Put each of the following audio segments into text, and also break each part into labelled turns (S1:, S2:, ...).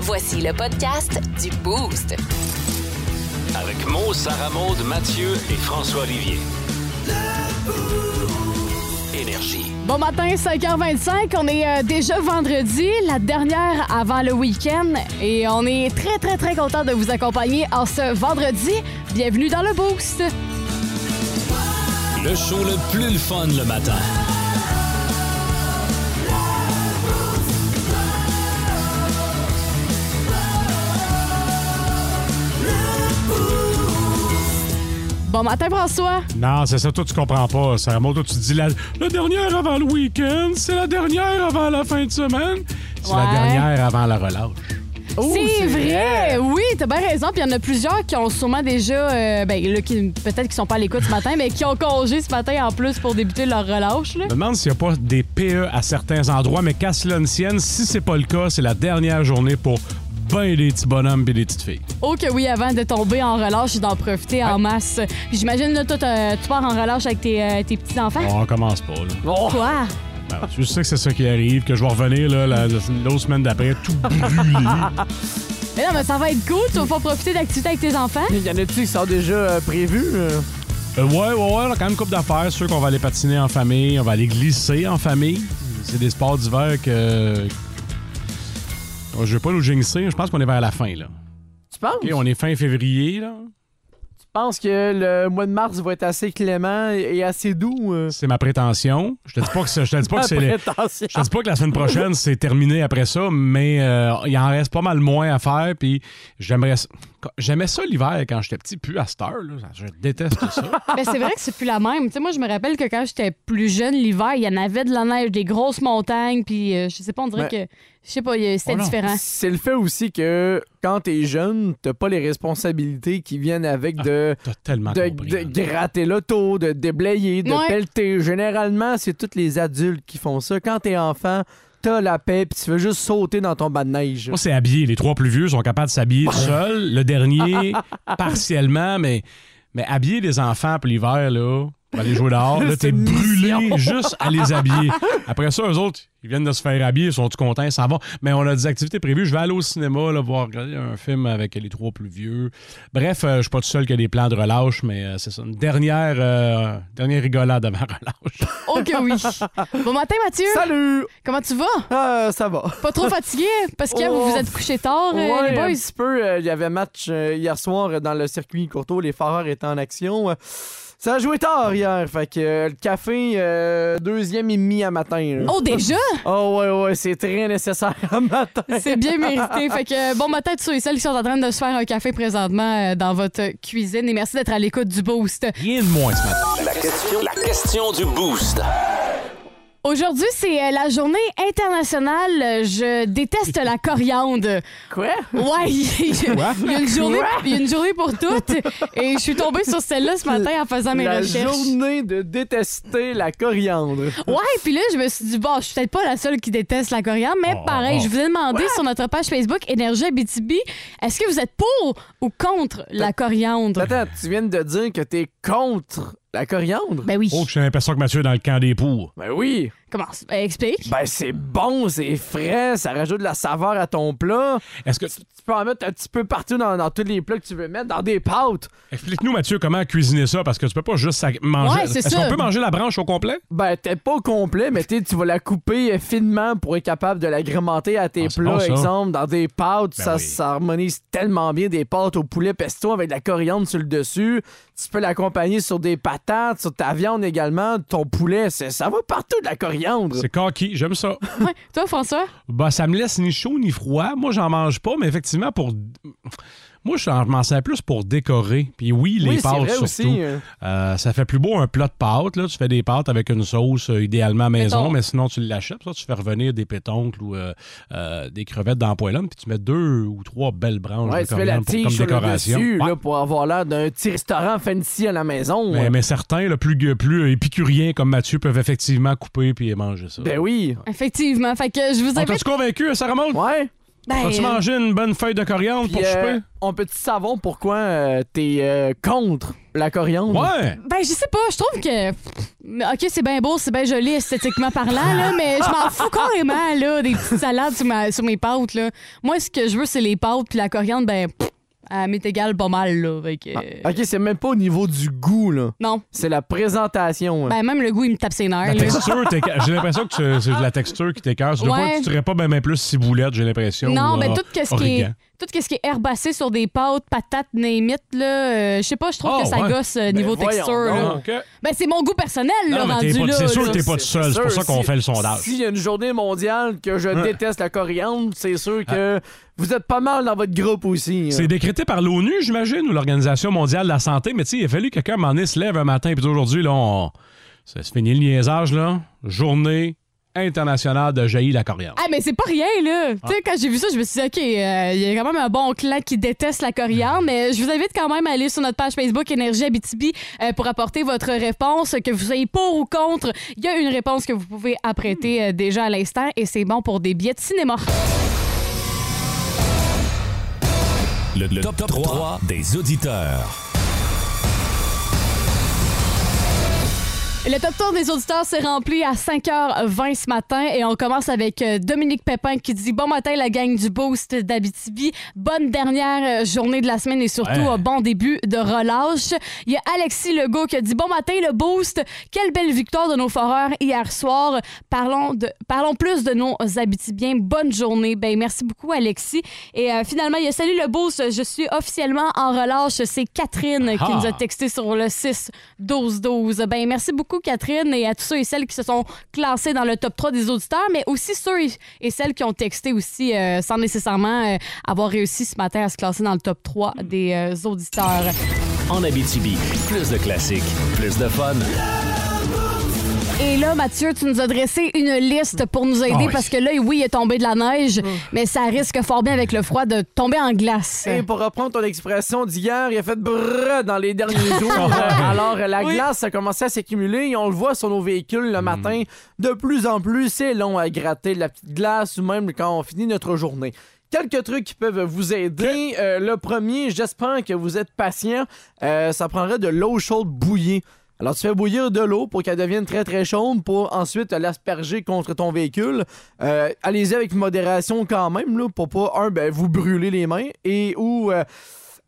S1: Voici le podcast du Boost.
S2: Avec Mo, Sarah Maud, Mathieu et François Olivier. Énergie.
S3: Bon matin, 5h25. On est euh, déjà vendredi, la dernière avant le week-end. Et on est très, très, très content de vous accompagner en ce vendredi. Bienvenue dans le Boost.
S2: Le show le plus le fun le matin.
S3: Bon matin, François.
S4: Non, c'est ça, toi, tu comprends pas. Sarah Maud, toi, tu te dis la, la dernière avant le week-end, c'est la dernière avant la fin de semaine, c'est
S3: Ouais.
S4: la dernière avant la relâche.
S3: Oh, c'est vrai. Oui, t'as bien raison. Puis il y en a plusieurs qui ont sûrement déjà, euh, ben, là, qui- peut-être qui sont pas à l'écoute ce matin, mais qui ont congé ce matin en plus pour débuter leur relâche. là.
S4: Je me demande s'il n'y a pas des PE à certains endroits, mais qu'à cela ne tienne, si c'est pas le cas, c'est la dernière journée pour ben des petits bonhommes et des petites filles.
S3: Oh que oui, avant de tomber en relâche et d'en profiter en masse. Puis J'imagine, là, toi, t'as- tu pars en relâche avec tes, euh, tes petits-enfants.
S4: On commence pas, là.
S3: Quoi?
S4: Ben, je sais que c'est ça qui arrive, que je vais revenir là, la- la- l'autre semaine d'après, tout brûlé.
S3: Mais non, mais ça va être cool. Tu vas pouvoir profiter d'activités avec tes enfants.
S5: Il y en a-tu qui sont déjà euh, prévus? euh?
S4: Euh, ouais, ouais, ouais, on a quand même une couple d'affaires. sûr qu'on va aller patiner en famille, on va aller glisser en famille. C'est des sports d'hiver que. Oh, Je vais pas nous jinxer, je pense qu'on est vers la fin, là.
S5: Tu penses?
S4: OK, on est fin février, là.
S5: Tu penses que le mois de mars va être assez clément et et assez doux? euh?
S4: C'est ma prétention. Je te dis pas que c'est. Je te dis pas que c'est.
S5: Après, attention.
S4: Je te dis pas que la semaine prochaine, c'est terminé après ça, mais euh, il en reste pas mal moins à faire. Puis j'aimerais. ça- J'aimais ça l'hiver quand j'étais petit, plus à cette heure, là. Je déteste ça.
S3: Mais c'est vrai que c'est plus la même. Tu sais, moi, je me rappelle que quand j'étais plus jeune, l'hiver, il y en avait de la neige, des grosses montagnes, puis euh, je sais pas, on dirait que. Je sais pas, il y a- c'était
S4: Ben, Oh non.
S3: différent.
S5: C'est le fait aussi que quand t'es jeune, t'as pas les responsabilités qui viennent avec de,
S4: T'as tellement
S5: de,
S4: compris.
S5: de
S4: man.
S5: gratter l'auto, de déblayer, de
S3: Ouais.
S5: pelleter. Généralement, c'est tous les adultes qui font ça. Quand t'es enfant, t'as la paix puis tu veux juste sauter dans ton bas de neige.
S4: Moi, c'est habillé. Les trois plus vieux sont capables de s'habiller tout seuls. Le dernier, partiellement, mais, mais habiller les enfants pour l'hiver, là, pour aller jouer dehors, là,
S5: C'est
S4: t'es
S5: une
S4: brûlé juste à les habiller. Après ça, eux autres, ils viennent de se faire habiller, sont-ils contents, ils s'en vont. Mais on a des activités prévues. Je vais aller au cinéma, là, voir regarder un film avec les trois plus vieux. Bref, euh, je suis pas tout seul qui a des plans de relâche, mais euh, c'est ça. Une dernière, euh, dernière rigolade avant la relâche.
S3: Oh que oui. Bon matin, Mathieu.
S5: Salut!
S3: Comment tu vas?
S5: Ah, ça va.
S3: Pas trop fatigué? Parce que vous vous
S4: Oh.
S3: êtes couché tard, euh,
S5: Ouais,
S3: les
S5: un
S3: boys.
S5: petit peu. euh, Il y avait match euh, hier soir euh, dans le circuit Courtois. Les Fareurs étaient en action. Euh, ça a joué tard hier. Fait que euh, le café, euh, deuxième et demi à matin. là.
S3: Oh, déjà?
S5: Oh, ouais, ouais, c'est très nécessaire à matin.
S3: C'est bien mérité. Fait que euh, bon matin à tous ceux et celles qui sont en train de se faire un café présentement euh, dans votre cuisine. Et merci d'être à l'écoute du Boost.
S4: Rien de moins ce matin.
S2: La question, la question du boost.
S3: Aujourd'hui, c'est euh, la journée internationale. euh, Je déteste la coriandre.
S5: Quoi?
S3: Ouais, il y, a- il y a une journée, il y a une journée pour toutes. Et je suis tombée sur celle-là ce matin en faisant mes
S5: La
S3: recherches.
S5: journée de détester la coriandre.
S3: Ouais, puis là, je me suis dit, bon, je suis peut-être pas la seule qui déteste la coriandre, mais
S4: Oh,
S3: pareil,
S4: oh,
S3: je vous ai demandé sur notre page Facebook Énergie Abitibi, est-ce que vous êtes pour ou contre la coriandre?
S5: Attends, tu viens de dire que t'es contre la coriandre?
S3: Ben oui.
S4: Oh, j'ai l'impression que Mathieu est dans le camp des pours.
S5: Ben oui.
S3: Commence. Ben, explique.
S5: Ben c'est bon, c'est frais, ça rajoute de la saveur à ton plat.
S4: Est-ce que
S5: Tu, tu peux en mettre un petit peu partout dans, dans tous les plats que tu veux mettre, dans des pâtes.
S4: Explique-nous, Mathieu, comment cuisiner ça, parce que tu peux pas juste sac- manger.
S3: Ouais, c'est
S4: Est-ce
S3: ça.
S4: qu'on peut manger la branche au complet?
S5: Ben, t'es pas au complet, mais t'sais, tu vas la couper euh, finement pour être capable de l'agrémenter à tes
S4: Ah, c'est
S5: plats,
S4: bon, ça.
S5: exemple, dans des pâtes.
S4: Ben
S5: ça,
S4: oui.
S5: ça harmonise tellement bien des pâtes au poulet pesto avec de la coriandre sur le dessus. Tu peux l'accompagner sur des patates, sur ta viande également, ton poulet. c'est- Ça va partout de la coriandre.
S4: C'est coquille, j'aime ça.
S3: Ouais. Toi, François?
S4: bah, ça me laisse ni chaud ni froid. Moi, j'en mange pas, mais effectivement, pour. Moi, je m'en sers plus pour décorer. Puis oui, les
S5: oui, c'est
S4: pâtes,
S5: vrai
S4: surtout.
S5: aussi. euh,
S4: Euh, ça fait plus beau un plat de pâtes. Là. Tu fais des pâtes avec une sauce euh, idéalement maison,
S3: Mettons.
S4: mais sinon tu l'achètes. Ça, tu fais revenir des pétoncles ou euh, euh, des crevettes dans le poêlum, puis tu mets deux ou trois belles branches
S5: Ouais,
S4: de
S5: tu fais la
S4: coriandre pour,
S5: tige
S4: comme
S5: sur le
S4: décoration.
S5: dessus
S4: Ouais.
S5: là, pour avoir l'air d'un petit restaurant fancy à la maison. euh.
S4: mais, mais certains, là, plus, plus épicuriens comme Mathieu, peuvent effectivement couper puis manger ça.
S5: Ben oui.
S3: Effectivement. Fait que je vous
S4: On
S3: invite.
S4: t'a-tu convaincu, hein, Sarah Maud?
S5: Ouais.
S3: Ben,
S4: As-tu mangé une bonne feuille de coriandre pour
S5: Puis, euh,
S4: souper?
S5: on peut-tu savoir pourquoi euh, t'es euh, contre la coriandre?
S4: Ouais!
S3: Ben, je sais pas, je trouve que. OK, c'est bien beau, c'est bien joli esthétiquement parlant, là, mais je m'en fous carrément, là, des petites salades sur, ma- sur mes pâtes, là. Moi, ce que je veux, c'est les pâtes, puis la coriandre, ben, pff, elle m'est égale pas mal, là. fait que-
S5: Ah, ok, c'est même pas au niveau du goût, là.
S3: Non.
S5: C'est la présentation. hein.
S3: Ben, même le goût, il me tape ses nerfs,
S4: La
S3: là.
S4: texture, t'éc- j'ai l'impression que tu- c'est de la texture qui t'écœure. Tu dois
S3: Ouais.
S4: pas- Tu serais pas bien plus ciboulette, j'ai l'impression.
S3: Non,
S4: mais
S3: mais tout ce qui est. Tout ce qui est herbacé sur des pâtes, patates, némites, là, euh, je sais pas, je trouve
S4: Oh,
S3: que ça
S4: ouais.
S3: gosse euh, niveau
S5: voyons
S3: texture.
S5: donc.
S4: Ah,
S3: là. Ben, c'est mon goût personnel, là,
S4: Non, mais
S3: rendu
S4: t'es pas-
S3: là.
S4: c'est sûr
S3: là.
S4: que t'es pas tout seul. C'est pour
S5: sûr,
S4: ça qu'on
S5: si-
S4: fait le sondage.
S5: S'il y a une journée mondiale que je déteste la coriandre, c'est sûr
S4: Ah.
S5: que vous êtes pas mal dans votre groupe aussi. hein.
S4: C'est décrété par l'ONU, j'imagine, ou l'Organisation mondiale de la santé. Mais tu sais, il a fallu que quelqu'un, à un moment donné, se lève un matin et puis dit, aujourd'hui, là, on... ça se finit le niaisage, là. Journée internationale de jaillir la coriandre.
S3: Ah, mais c'est pas rien, là. Tu sais, quand j'ai vu ça, je me suis dit, OK, euh, il y a quand même un bon clan qui déteste la coriandre, mais je vous invite quand même à aller sur notre page Facebook Énergie Abitibi euh, pour apporter votre réponse, que vous soyez pour ou contre. Il y a une réponse que vous pouvez apprêter euh, déjà à l'instant et c'est bon pour des billets de cinéma.
S2: Le, top, 3, des auditeurs.
S3: Le top tour des auditeurs s'est rempli à 5h20 ce matin et on commence avec euh, Dominique Pépin qui dit Bon matin, la gang du Boost d'Abitibi. Bonne dernière euh, journée de la semaine et surtout
S4: Ouais.
S3: un bon début de relâche. Il y a Alexis Legault qui a dit Bon matin, le Boost. Quelle belle victoire de nos foreurs hier soir. Parlons, de, parlons plus de nos Abitibiens. Bonne journée. Ben, merci beaucoup, Alexis. Et euh, finalement, il y a Salut le Boost. Je suis officiellement en relâche. C'est Catherine qui
S4: Ah.
S3: nous a texté sur le 6 12 12. Ben merci beaucoup Catherine et à tous ceux et celles qui se sont classés dans le top 3 des auditeurs, mais aussi ceux et- et celles qui ont texté aussi euh, sans nécessairement euh, avoir réussi ce matin à se classer dans le top 3
S5: Mm.
S3: des euh, auditeurs.
S2: En Abitibi, plus de classiques, plus de fun.
S3: Et là Mathieu, tu nous as dressé une liste pour nous aider
S4: Ah oui.
S3: parce que là oui, il est tombé de la
S5: Mm.
S3: neige, mais ça risque fort bien avec le froid de tomber en glace.
S5: Et pour reprendre ton expression d'hier, il a fait brrr dans les derniers jours. Alors, la glace a commencé à s'accumuler et on le voit sur nos véhicules le matin. De plus en plus, c'est long à gratter de la petite glace ou même quand on finit notre journée. Quelques trucs qui peuvent vous aider. Euh, le premier, j'espère que vous êtes patient. Euh, ça prendrait de l'eau chaude bouillie. Alors, tu fais bouillir de l'eau pour qu'elle devienne très très chaude pour ensuite l'asperger contre ton véhicule. Euh, Allez-y avec modération quand même, là, pour pas, un, ben, vous brûler les mains et ou euh,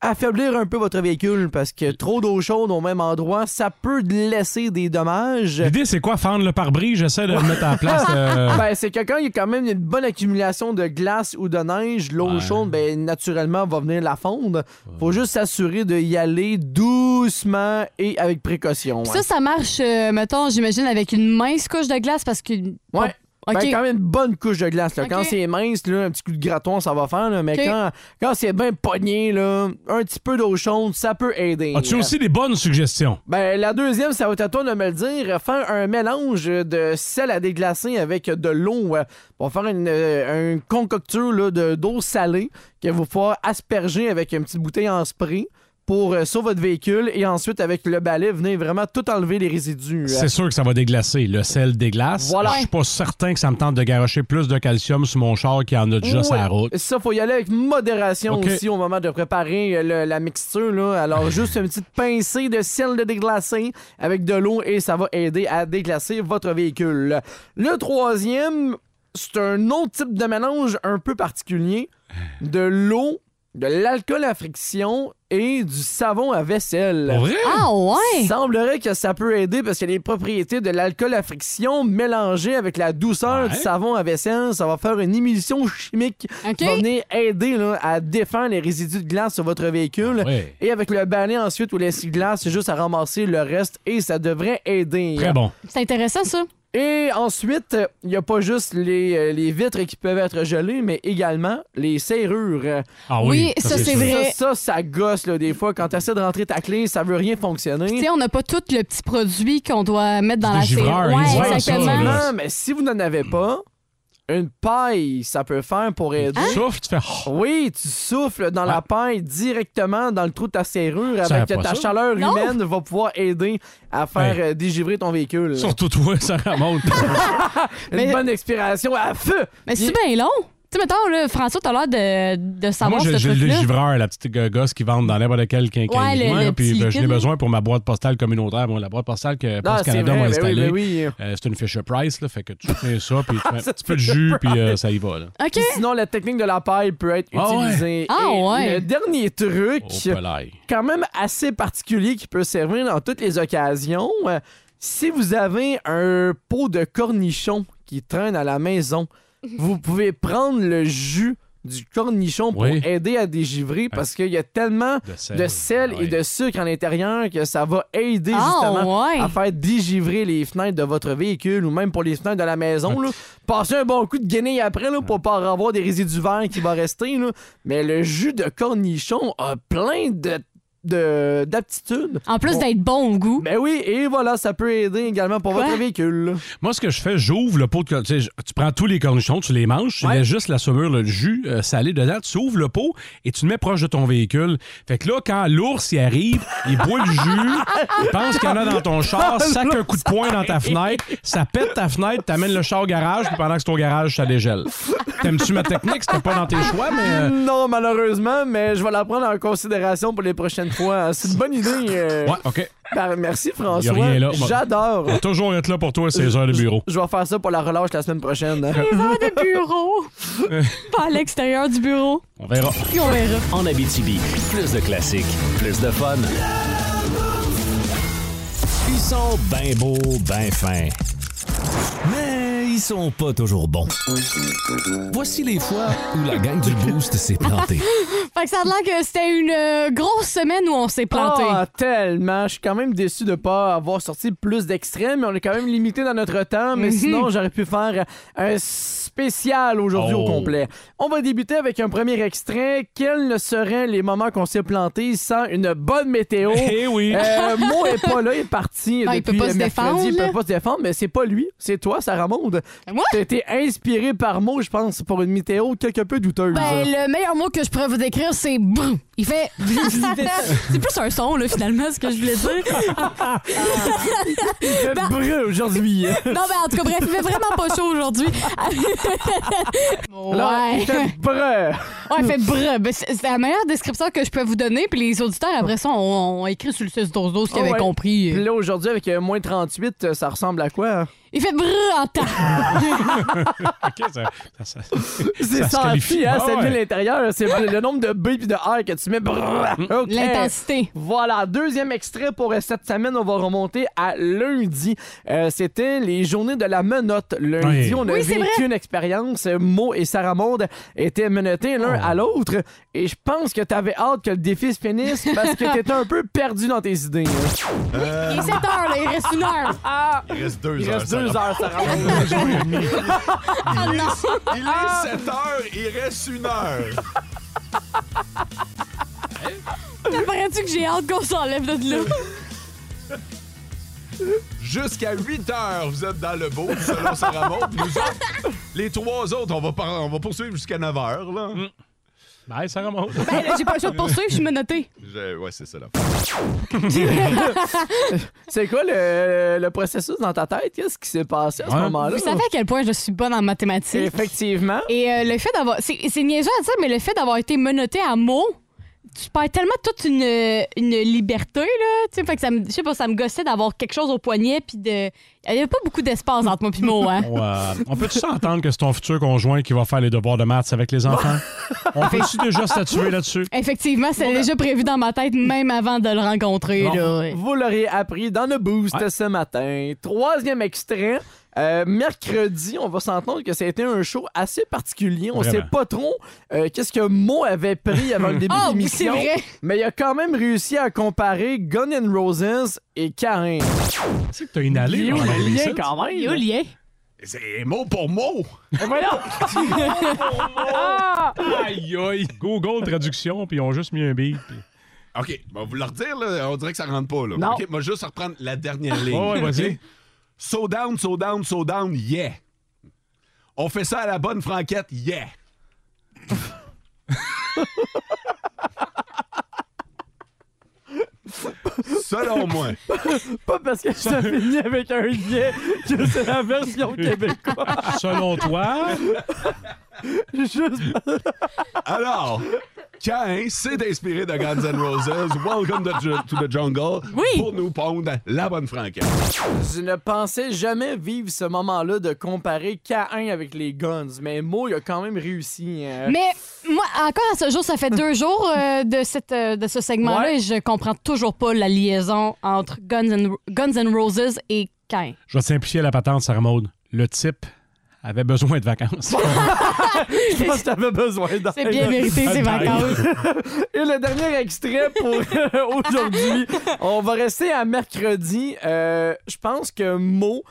S5: affaiblir un peu votre véhicule parce que trop d'eau chaude au même endroit, ça peut laisser des dommages.
S4: L'idée, c'est quoi, fendre le pare-brise? J'essaie de le mettre en place. euh,
S5: Ben, c'est que quand il y a quand même une bonne accumulation de glace ou de neige, l'eau
S4: Ouais.
S5: chaude, ben, naturellement, va venir la fondre. Faut juste s'assurer de y aller doucement et avec précaution.
S3: Puis
S5: hein.
S3: Ça, ça marche, euh, mettons, j'imagine, avec une mince couche de glace parce que.
S5: Ouais.
S3: OK.
S5: Ben, quand même une bonne couche de glace. Là.
S3: Ok.
S5: Quand c'est mince, là, un petit coup de gratton, ça va faire. là. Mais
S3: Ok.
S5: quand, quand c'est bien pogné, là, un petit peu d'eau chaude, ça peut aider.
S4: As-tu aussi des bonnes suggestions?
S5: Ben, la deuxième, ça va être à toi de me le dire. Faire un mélange de sel à déglacer avec de l'eau euh, pour faire une, euh, une concocture là, de- d'eau salée que vous pouvez asperger avec une petite bouteille en spray pour euh, sur votre véhicule et ensuite avec le balai, venez vraiment tout enlever les résidus. euh,
S4: C'est sûr que ça va déglacer. Le sel déglace.
S5: Voilà.
S4: Je suis pas certain que ça me tente de garocher plus de calcium sur mon char qui en a déjà sur la
S5: Ouais.
S4: route.
S5: Ça, faut y aller avec modération
S4: Ok.
S5: aussi au moment de préparer euh, le- la mixture. Là. Alors, juste une petite pincée de sel de déglacé avec de l'eau et ça va aider à déglacer votre véhicule. Le troisième, c'est un autre type de mélange un peu particulier. De l'eau, de l'alcool à friction et du savon à vaisselle.
S4: Pour vrai?
S3: Ah ouais!
S5: Il semblerait que ça peut aider parce que les propriétés de l'alcool à friction mélangées avec la douceur
S4: Ouais.
S5: du savon à vaisselle, ça va faire une émulsion chimique
S3: OK.
S5: qui va venir aider là, à défendre les résidus de glace sur votre véhicule.
S4: Ouais.
S5: Et avec le balai ensuite ou l'essuie-glace, c'est juste à ramasser le reste et ça devrait aider.
S4: Très bon.
S3: C'est intéressant, ça.
S5: Et ensuite, il n'y a pas juste les, euh, les vitres qui peuvent être gelées, mais également les serrures.
S4: Ah
S3: Oui,
S4: oui,
S3: ça, c'est vrai.
S5: Ça, ça, ça gosse là, des fois. Quand tu essaies de rentrer ta clé, ça veut rien fonctionner.
S3: Tu sais, on n'a pas tout le petit produit qu'on doit mettre dans
S4: Du
S3: la série.
S4: givreur,
S3: Ouais,
S4: ils vendent ça,
S3: exactement.
S4: là.
S5: Non, mais si vous n'en avez pas, une paille, ça peut faire pour aider.
S4: Tu souffles, tu fais. Oh,
S5: Oui, tu souffles dans la paille directement dans le trou de ta serrure
S4: savais
S5: avec
S4: pas
S5: ta
S4: ça.
S5: chaleur
S3: Non.
S5: humaine va pouvoir aider à faire
S4: Hey.
S5: euh, dégivrer ton véhicule.
S4: Surtout toi, ça remonte.
S5: Une bonne expiration à feu.
S3: Mais
S5: Il-
S3: c'est bien long. Tu sais, mettons, là, François, t'as l'air de, de
S4: Ah, Moi,
S3: savoir
S4: j'ai
S3: ce
S4: j'ai le
S3: truc-là.
S4: livreur, la petite go- gosse qui vend dans n'importe quel
S3: Ouais,
S4: quinquennat.
S3: le- le
S4: puis
S3: petit
S4: ben, je l'ai
S3: kid, là.
S4: besoin pour ma boîte postale communautaire. Bon, la boîte postale que
S5: Ah,
S4: Post
S5: c'est
S4: Canada m'a
S5: vrai, ben oui,
S4: installée.
S5: ben oui.
S4: euh, c'est une Fisher Price, là, fait que tu fais ça, puis tu
S5: Ah,
S4: fais un petit peu de jus, puis euh, ça y va. Là.
S3: OK.
S5: Puis Sinon, la technique de la paille peut être
S4: Ah ouais.
S5: utilisée.
S3: Ah
S5: Et
S3: ouais.
S5: Le dernier truc,
S4: Oh, pelaille.
S5: quand même assez particulier qui peut servir dans toutes les occasions. Euh, Si vous avez un pot de cornichon qui traîne à la maison, vous pouvez prendre le jus du cornichon pour
S4: Oui. Ah.
S5: aider à dégivrer parce qu'il y a tellement
S4: De sel.
S5: de sel
S4: Ouais.
S5: et de sucre à l'intérieur que ça va aider
S3: Ah,
S5: justement
S3: ouais.
S5: à faire dégivrer les fenêtres de votre véhicule ou même pour les fenêtres de la maison. là. Passez un bon coup de guenille après là, pour pas avoir des résidus verts qui va rester. là. Mais le jus de cornichon a plein de de- d'aptitudes.
S3: En plus
S5: Bon.
S3: d'être bon au goût.
S5: Ben oui, et voilà, ça peut aider également pour
S3: Quoi?
S5: votre véhicule.
S4: Moi, ce que je fais, j'ouvre le pot de cornichons. Tu sais, je- Tu prends tous les cornichons, tu les manges, tu
S5: Ouais.
S4: laisses juste la saumure, le jus euh, salé dedans, tu ouvres le pot et tu le mets proche de ton véhicule. Fait que là, quand l'ours y arrive, il boit le jus, il pense qu'il y en a dans ton char, sac un coup de poing dans ta fenêtre, ça pète ta fenêtre, t'amènes le char au garage, puis pendant que c'est au garage, ça dégèle. T'aimes-tu ma technique? C'était pas dans tes choix, mais... euh,
S5: Non, malheureusement, mais je vais la prendre en considération pour les prochaines fois. hein. C'est une bonne idée. euh.
S4: Ouais, OK.
S5: Ben, merci
S4: Y a rien là.
S5: François. J'adore.
S4: On va toujours être là pour toi à ces heures de bureau.
S5: Je vais faire ça pour la relâche la semaine prochaine. hein.
S3: Les heures de bureau. pas à l'extérieur du bureau.
S4: On verra.
S3: Puis on verra.
S2: En Abitibi, plus de classiques, plus de fun. Ils sont bien beaux, bien fins. Mais ils sont pas toujours bons. Voici les fois où la gang du Boost s'est plantée.
S3: Fait que ça a l'air que c'était une euh, grosse semaine où on s'est planté.
S5: Ah, tellement. Je suis quand même déçu de pas avoir sorti plus d'extraits, mais on est quand même limité dans notre temps.
S3: Mhm.
S5: Mais sinon, j'aurais pu faire un spécial aujourd'hui au
S4: Oh.
S5: complet. On va débuter avec un premier extrait. Quels ne seraient les moments qu'on s'est planté sans une bonne météo?
S4: Eh oui!
S5: Euh, Mo est pas là, il est parti
S3: Ah, il
S5: depuis
S3: peut pas se
S5: mercredi,
S3: défendre,
S5: il
S3: là.
S5: peut pas se défendre, mais c'est pas lui, c'est toi, Sarah Maud.
S3: Moi?
S5: T'as été inspiré par Mo, je pense, pour une météo quelque peu douteuse.
S3: Ben, le meilleur mot que je pourrais vous décrire, c'est brrr. Il fait. c'est plus un son, là, finalement, ce que je voulais dire.
S5: Il fait brûle aujourd'hui.
S3: Non, mais en tout cas, bref, il fait vraiment pas chaud aujourd'hui.
S5: Là,
S3: ouais.
S5: il fait brûle.
S3: Ouais, il fait brrr. Ben, c'est c'est la meilleure description que je peux vous donner. Puis les auditeurs, après ça, ont, ont écrit sur le 16 12 12 qu'ils
S5: Ah
S3: avaient
S5: ouais.
S3: compris.
S5: Puis là, aujourd'hui, avec euh, moins 38, euh, ça ressemble à quoi? hein?
S3: Il fait brrr en temps.
S4: OK, ça- ça- ça-
S5: C'est
S4: se qualifie.
S5: senti, hein?
S4: Ah
S5: Ça vient
S4: ouais.
S5: de l'intérieur. C'est le nombre de B puis de R que tu mets. Brrr. OK.
S3: L'intensité.
S5: Voilà, deuxième extrait pour euh, cette semaine. On va remonter à lundi. Euh, C'était les journées de la menotte.
S4: Oui.
S5: Lundi, on a
S3: Oui, c'est
S5: vécu une expérience. Euh, Mo et Sarah Maud étaient menottés l'un
S4: Oh.
S5: à l'autre. Et je pense que t'avais hâte que le défi se finisse parce que t'étais un peu perdu dans tes idées. hein.
S3: Il est 7 heures, là, il reste une heure.
S6: Il reste deux
S5: Il
S6: heures.
S5: reste
S6: ça
S5: deux
S6: va.
S5: heures, Ah, Sarah Maud.
S6: Il est, il
S5: Ah!
S6: est sept heures, il reste une heure.
S3: Ça paraît-tu que j'ai hâte qu'on s'enlève de là?
S6: Jusqu'à 8 heures, vous êtes dans le beau, selon Sarah Maud. Nous autres, les trois autres, on va, par- on va poursuivre jusqu'à 9 heures. Là.
S4: Bye, ça remonte.
S3: Ben, là, j'ai pas le choix de poursuivre, je suis menottée.
S6: Je- ouais, c'est ça. Là.
S5: C'est quoi le, le processus dans ta tête? Qu'est-ce qui s'est passé à ce
S4: Ouais.
S5: moment-là?
S3: Vous savez à quel point je suis bonne en mathématiques?
S5: Effectivement.
S3: Et euh, le fait d'avoir. C'est c'est niaiseux à dire, mais le fait d'avoir été menotté à mots, tu perds tellement toute une, une liberté, là. Tu sais, fait que ça me, je sais pas, ça me gossait d'avoir quelque chose au poignet, puis de. Il y avait pas beaucoup d'espace entre moi puis mots, hein.
S4: On, euh, on peut-tu s'entendre que c'est ton futur conjoint qui va faire les devoirs de maths avec les enfants? On peut-tu déjà statuer là-dessus?
S3: Effectivement, c'est déjà prévu dans ma tête, même avant de le rencontrer,
S4: Bon.
S3: là. ouais.
S5: Vous l'aurez appris dans le boost
S4: Ouais.
S5: ce matin. Troisième extrait. Euh, mercredi, on va s'entendre que ça a été un show assez particulier. On
S4: Vraiment.
S5: sait pas trop euh, qu'est-ce que Mo avait pris avant le début
S3: Oh,
S5: de
S3: oui, c'est
S5: l'émission.
S3: vrai!
S5: Mais il a quand même réussi à comparer Gun N' Roses et Karin.
S4: Tu sais que t'as inhalé.
S5: Il y a eu
S4: là,
S5: le
S4: on a mis
S5: lien
S4: ça.
S5: quand même.
S3: Il y a un lien.
S6: C'est mot pour mot.
S5: Et voilà. Ah!
S4: Aïe, aïe. Google traduction, puis ils ont juste mis un beat. puis-
S6: OK, on va vous le redire, là, on dirait que ça rentre pas. Là.
S5: Non.
S6: OK, moi, juste reprendre la dernière ligne.
S4: Ouais, ouais, vas-y.
S6: OK? So down, so down, so down, yeah. On fait ça à la bonne franquette, yeah. Selon moi.
S5: Pas parce que ça finit avec un lien que c'est la version québécoise.
S4: Selon toi,
S5: Juste.
S6: Alors, Cain s'est inspiré de Guns N' Roses, Welcome to, ju- to the Jungle,
S3: Oui.
S6: pour nous pondre la bonne franquette.
S5: Je ne pensais jamais vivre ce moment-là de comparer K1 avec les Guns, mais Mo, il a quand même réussi. euh,
S3: Mais moi, encore à ce jour, ça fait deux jours euh, de, cette, euh, de ce segment-là
S5: Ouais.
S3: et je comprends toujours pas la liaison entre Guns N', Guns N' Roses et Cain.
S4: Je vais te simplifier la patente, Sarah Maud. Le type avait besoin de vacances.
S5: Je pense que t'avais besoin d'aide.
S3: C'est bien mérité, ces vacances.
S5: Et le dernier extrait pour euh, aujourd'hui. On va rester à mercredi. Euh, je pense que Mo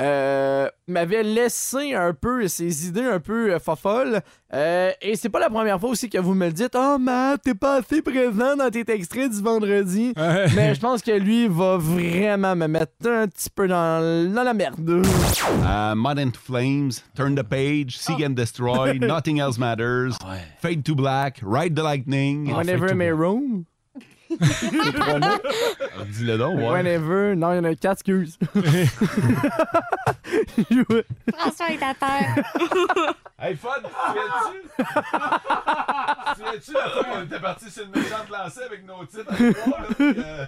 S5: euh, m'avait laissé un peu ses idées un peu euh, fofolles. Euh, et c'est pas la première fois aussi que vous me le dites. Oh, Matt, t'es pas assez présent dans tes extraits du vendredi.
S4: Ouais.
S5: Mais je pense que lui va vraiment me mettre un petit peu dans, dans la merde.
S6: Euh, Mud and Flames, Turn the Page, Seek and Destroy, Nothing Else Matters, Fade to Black, Ride the Lightning.
S5: Whenever my room.
S6: Dis-le donc, ouais.
S5: Whenever. Non, il y en a quatre, excuse.
S3: François est à terre.
S6: Hey, Fun, tu tu tu la fois qu'on était parti sur une méchante lancée avec nos titres? euh,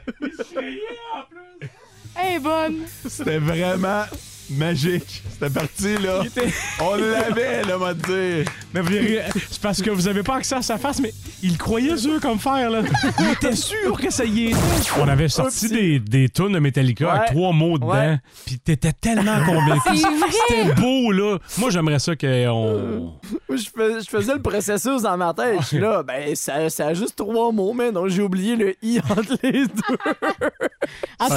S3: Elle est bonne.
S6: C'était vraiment magique. C'était parti, là. On l'avait, là, m'a dit.
S4: Mais vous verrez, c'est parce que vous avez pas accès à sa face, mais il croyait eux comme faire, là. Il était sûr que ça y était. On avait sorti des, des tunes de Metallica avec
S5: Ouais.
S4: trois mots dedans,
S5: Ouais.
S4: puis t'étais tellement convaincu.
S3: C'est vrai.
S4: C'était beau, là. Moi, j'aimerais ça qu'on.
S5: Moi, je, fais- je faisais le processus dans ma tête. Je suis là, ben, ça, ça a juste trois mots, mais non, j'ai oublié le i entre les deux.
S4: Ah,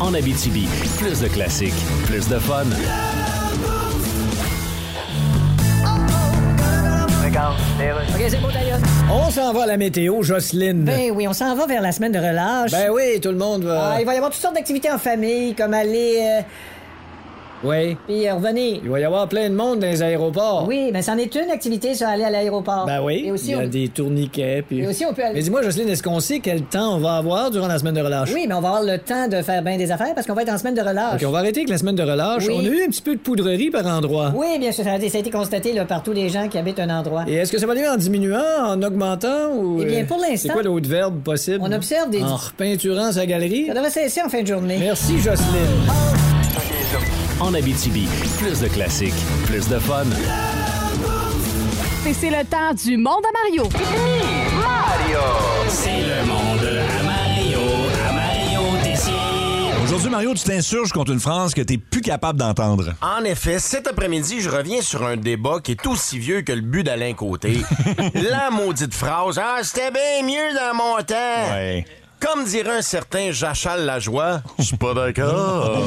S2: En Abitibi, plus de classiques, plus de fun.
S7: On s'en va à la météo, Jocelyne.
S8: Ben oui, on s'en va vers la semaine de relâche.
S7: Ben euh, oui, tout le monde va.
S8: Ah, il va y avoir toutes sortes d'activités en famille, comme aller euh,
S7: Oui.
S8: puis euh, revenir.
S7: Il va y avoir plein de monde dans les aéroports.
S8: Oui, ben c'en est une activité, ça, aller à l'aéroport.
S7: Ben oui.
S8: Et aussi,
S7: il y a
S8: on...
S7: des tourniquets. Puis...
S8: et aussi, on peut aller.
S7: Mais dis-moi, Jocelyne, est-ce qu'on sait quel temps on va avoir durant la semaine de relâche?
S8: Oui, mais on va avoir le temps de faire bien des affaires parce qu'on va être en semaine de relâche.
S7: OK, on va arrêter avec la semaine de relâche.
S8: Oui.
S7: On a eu un petit peu de poudrerie par endroit.
S8: Oui, bien sûr, ça a été ça a été constaté là, par tous les gens qui habitent un endroit.
S7: Et est-ce que ça va aller en diminuant, en augmentant ou.
S8: Eh bien, pour
S7: euh,
S8: l'instant-
S7: C'est quoi l'autre verbe possible?
S8: On observe des-
S7: En repeinturant sa galerie?
S8: Ça devrait cesser en fin de journée.
S7: Merci, Jocelyne.
S2: En Abitibi, plus de classiques, plus de fun.
S3: Et c'est le temps du monde à Mario.
S2: C'est le monde à Mario, à Mario
S9: Aujourd'hui, Mario, tu t'insurges contre une France que t'es plus capable d'entendre.
S10: En effet, cet après-midi, je reviens sur un débat qui est aussi vieux que le but d'Alain Côté. La maudite phrase Ah, c'était bien mieux dans mon temps.
S9: Ouais.
S10: Comme dirait un certain Jachal Lajoie, je suis pas d'accord.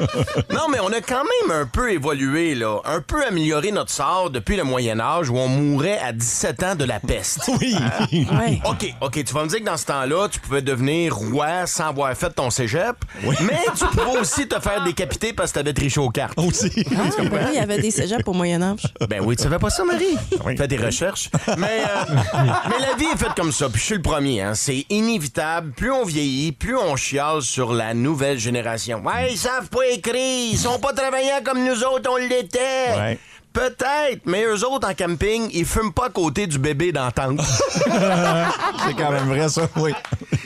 S10: non, mais on a quand même un peu évolué, là. Un peu amélioré notre sort depuis le Moyen Âge où on mourait à 17 ans de la peste.
S9: Oui. Euh,
S10: OK, OK, tu vas me dire que dans ce temps-là, tu pouvais devenir roi sans avoir fait ton cégep, mais tu pouvais aussi te faire décapiter parce que t'avais triché aux cartes.
S9: Aussi.
S11: Pourquoi il y avait des cégeps au Moyen-Âge?
S10: Ben oui, tu savais pas ça, Marie?
S9: Ah Oui.
S10: Fais des recherches. Mais, euh, mais la vie est faite comme ça, puis je suis le premier. Hein. C'est inévitable. Plus on vieillit, plus on chiale sur la nouvelle génération. Ouais, ils savent pas écrire, ils sont pas travaillants comme nous autres, on l'était.
S9: Ouais.
S10: Peut-être, mais eux autres en camping, ils fument pas à côté du bébé dans la tente.
S9: C'est quand même vrai, ça, oui.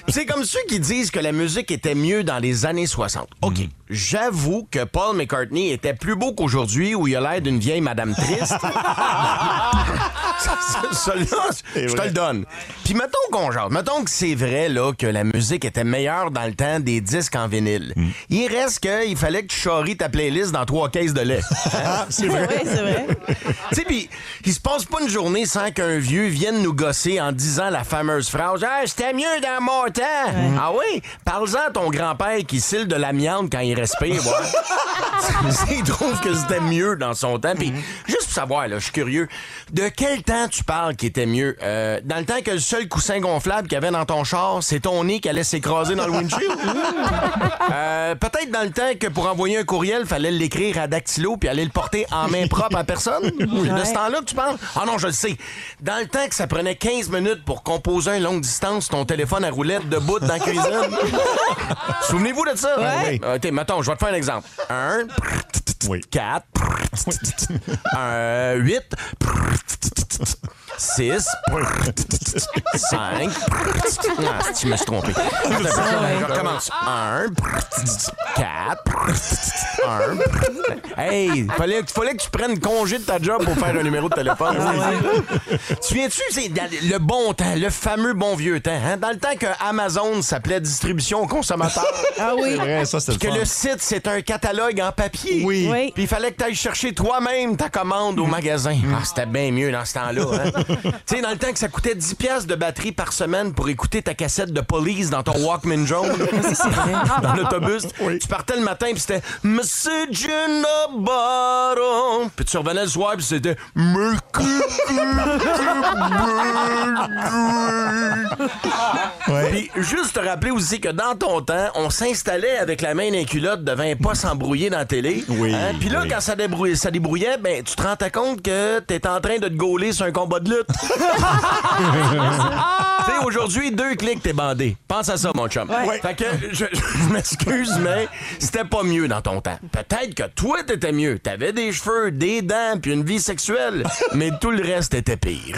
S10: C'est comme ceux qui disent que la musique était mieux dans les années 60.
S9: Ah
S10: OK. J'avoue que Paul McCartney était plus beau qu'aujourd'hui où il a l'air d'une vieille madame triste. Ça, ça, ça, là, je te
S9: vrai.
S10: le donne. Puis mettons qu'on genre, mettons que c'est vrai là, que la musique était meilleure dans le temps des disques en vinyle. Il reste qu'il fallait que tu charries ta playlist dans trois caisses de lait.
S9: C'est vrai.
S11: Oui, c'est vrai.
S10: Tu sais, puis il se passe pas une journée sans qu'un vieux vienne nous gosser en disant la fameuse phrase Ah, c'était mieux dans mon temps. Ah oui? Parle-en à ton grand-père qui cille de l'amiante quand il respire. ouais. il trouve que c'était mieux dans son temps. Puis juste pour savoir, là, je suis curieux, de quel temps tu parles qui était mieux? Euh, dans le temps que le seul coussin gonflable qu'il y avait dans ton char, c'est ton nez qui allait s'écraser dans le windshield? Euh, peut-être dans le temps que pour envoyer un courriel, fallait l'écrire à dactylo puis aller le porter en main propre à personne. De ce temps-là que tu parles? Ah non, je
S5: Euh,
S10: le sais. Dans le temps que ça prenait 15 minutes pour composer un longue distance, ton téléphone à roulette de bout dans la cuisine. Souvenez-vous de ça? Ah
S9: Ouais.
S10: OK, mettons, je vais te faire un exemple. Un. 4, 1, 8, 6, 5. Ah, si je me suis trompé. Je recommence. 1, 4, 1. Hey, fallait, fallait que tu prennes congé de ta job pour faire un numéro de téléphone. Tu viens-tu, le bon temps, le fameux bon vieux temps, hein? dans le temps que Amazon s'appelait distribution au consommateur.
S11: Ah oui.
S9: C'est vrai, ça, c'était
S10: Puis
S9: le
S10: que
S9: fun.
S10: le site, c'est un catalogue en papier. Oui. Puis il fallait que tu ailles chercher toi-même ta commande au magasin. Ah, c'était bien mieux dans ce temps-là. hein. tu sais, dans le temps que ça coûtait 10 pièces de batterie par semaine pour écouter ta cassette de police dans ton Walkman jaune, dans l'autobus, tu partais le matin puis c'était Message in a bottle. Puis tu revenais le soir puis c'était Puis juste te rappeler aussi que dans ton temps, on s'installait avec la main d'un culotte devant un pas s'embrouiller dans la télé.
S9: Oui,
S10: Hein? Puis là,
S9: oui.
S10: quand ça débrouillait, ça débrouillait, ben tu te rendais compte que t'étais en train de te gauler sur un combat de lutte. tu sais, aujourd'hui, deux clics, t'es bandé. Pense à ça, mon chum.
S6: Ouais.
S10: Fait que je, je m'excuse, mais c'était pas mieux dans ton temps. Peut-être que toi, t'étais mieux. T'avais des cheveux, des dents, puis une vie sexuelle. mais tout le reste était pire.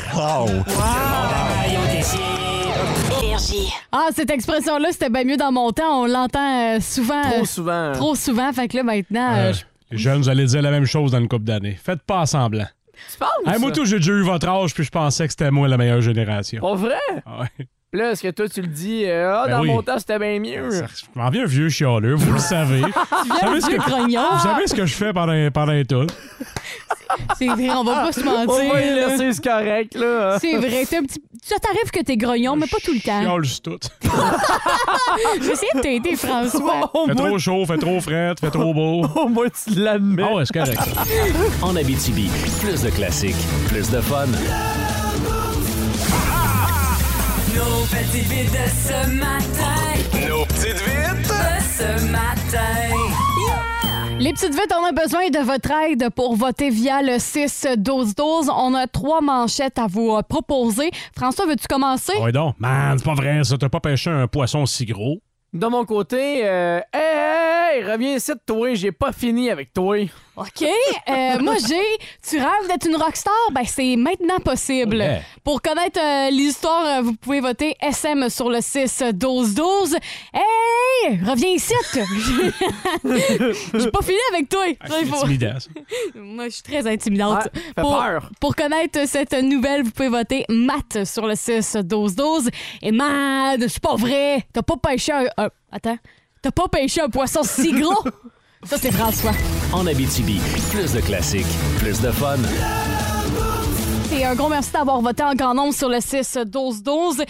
S3: Ah, cette expression-là, c'était bien mieux dans mon temps. On l'entend euh, souvent.
S4: Trop
S3: euh,
S4: souvent.
S3: Trop souvent. Fait que là, maintenant, euh,
S5: Ah,
S4: Euh,
S3: je-
S4: les jeunes, vous allez dire la même chose dans une couple d'années. Faites pas semblant.
S5: Tu parles?
S10: Ah.
S4: Hey, moi,
S5: ça? Oh.
S4: tout, j'ai déjà eu votre âge, puis je pensais que c'était moi la meilleure génération. Ah,
S5: Pas vrai?
S4: ouais.
S5: Là, est-ce que toi, tu le dis, euh, ah,
S4: Ben
S5: dans
S4: oui.
S5: mon temps, c'était bien mieux?
S4: Je m'en viens un vieux chialeux, vous le savez.
S5: Tu viens
S4: vous, savez
S5: un
S4: ce
S5: vieux grognon.
S4: vous savez ce que je fais pendant, pendant tout.
S3: c'est vrai, on va pas se mentir.
S5: On va y
S3: là.
S5: laisser, c'est correct, là.
S3: C'est vrai. t'es un petit- Ça t'arrive que t'es grognon, mais pas tout le
S5: Hein?
S3: temps.
S4: Chiale juste tout.
S3: J'essaie de t'aider, François.
S4: Fait trop chaud, fait trop frais, fait trop beau.
S5: Au moins, tu l'admets.
S4: Ah ouais, c'est correct.
S2: En Abitibi, plus de classiques, plus de fun.
S12: Nos petites vites de ce matin. Nos petites vites de ce matin.
S3: Les petites vites, on a besoin de votre aide pour voter via le 6-12-12. On a trois manchettes à vous euh, proposer. François, veux-tu commencer?
S4: Ouais, Ah donc, man, c'est pas vrai, ça. T'as pas pêché un poisson si gros.
S5: De mon côté, euh, hey, hey, hey, reviens ici de toi, j'ai pas fini avec toi.
S3: OK. euh, moi, j'ai. Tu rêves d'être une rockstar? Ben, c'est maintenant possible.
S5: Ouais.
S3: Pour connaître euh, l'histoire, euh, vous pouvez voter SM sur le 6-12-12. Hey! Reviens ici! J'ai pas fini avec toi.
S5: Ah,
S4: C'est
S3: Il faut-
S4: intimidant, ça.
S3: Moi, je suis très intimidante.
S4: Ouais, fait
S3: pour,
S4: peur.
S3: pour connaître cette nouvelle, vous pouvez voter Matt sur le 6-12-12. Et Matt, c'est pas vrai. T'as pas pêché un. un- attends. T'as pas pêché un poisson si gros. Ça, c'est François.
S2: En Abitibi, plus de classiques, plus de fun.
S3: Et un gros merci d'avoir voté en grand nombre sur le 6-12-12. Euh,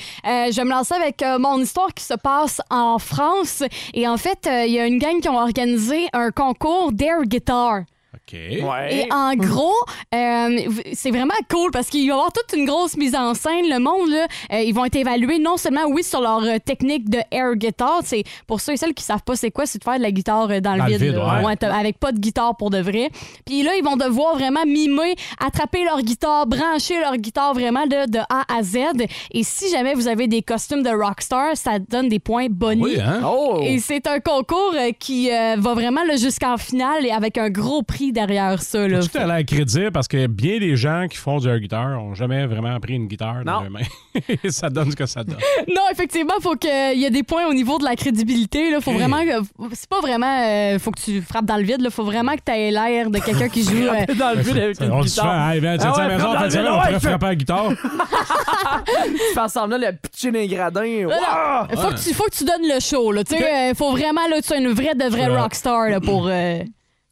S3: je vais me lancer avec euh, mon histoire qui se passe en France. Et en fait, euh, il y a une gang qui ont organisé un concours d'Air Guitar.
S4: OK.
S3: Et en gros, euh, v- c'est vraiment cool parce qu'il va y avoir toute une grosse mise en scène. Le monde, là, euh, ils vont être évalués non seulement, oui, sur leur euh, technique de air guitar. C'est pour ceux et celles qui savent pas c'est quoi, c'est de faire de la guitare euh, dans le
S13: Dans le
S3: vide,
S13: vide,
S3: là.
S13: ouais.
S3: Ouais, t'as- avec pas de guitare pour de vrai. Puis là, ils vont devoir vraiment mimer, attraper leur guitare, brancher leur guitare vraiment de, de A à Z. Et si jamais vous avez des costumes de rockstar, ça donne des points bonus.
S4: Oui, hein? Oh!
S3: Et c'est un concours euh, qui euh, va vraiment là, jusqu'en finale et avec un gros prix derrière ça. Là.
S4: Tout à l'air crédible parce que bien des gens qui font du guitare ont jamais vraiment appris une guitare dans leurs mains. Et ça donne ce que ça donne.
S3: Non, effectivement, faut que il y a des points au niveau de la crédibilité. Là, faut
S4: Hey.
S3: vraiment, que- c'est pas vraiment, euh, faut que tu frappes dans le vide. Là, faut vraiment que tu aies l'air de quelqu'un qui joue. euh,
S5: Dans le vide avec une
S4: Ben, on hein, dit
S5: guitare.
S4: souvent, hey, viens, tiens,
S5: Ah
S4: tiens,
S5: ouais,
S4: à la maison,
S5: frappe
S4: en
S5: dans le
S4: fin de
S5: vide,
S4: semaine, on
S5: ouais,
S4: pourrait
S5: fais-
S4: frapper à la guitare.
S5: tu fais semblant de pitcher les gradins.
S3: Voilà.
S5: Wow!
S3: Faut, que tu, faut que tu donnes le show. Là. Tu sais, euh, faut vraiment là, que tu sois une vraie de vraie
S4: Voilà.
S3: rockstar là, pour, euh,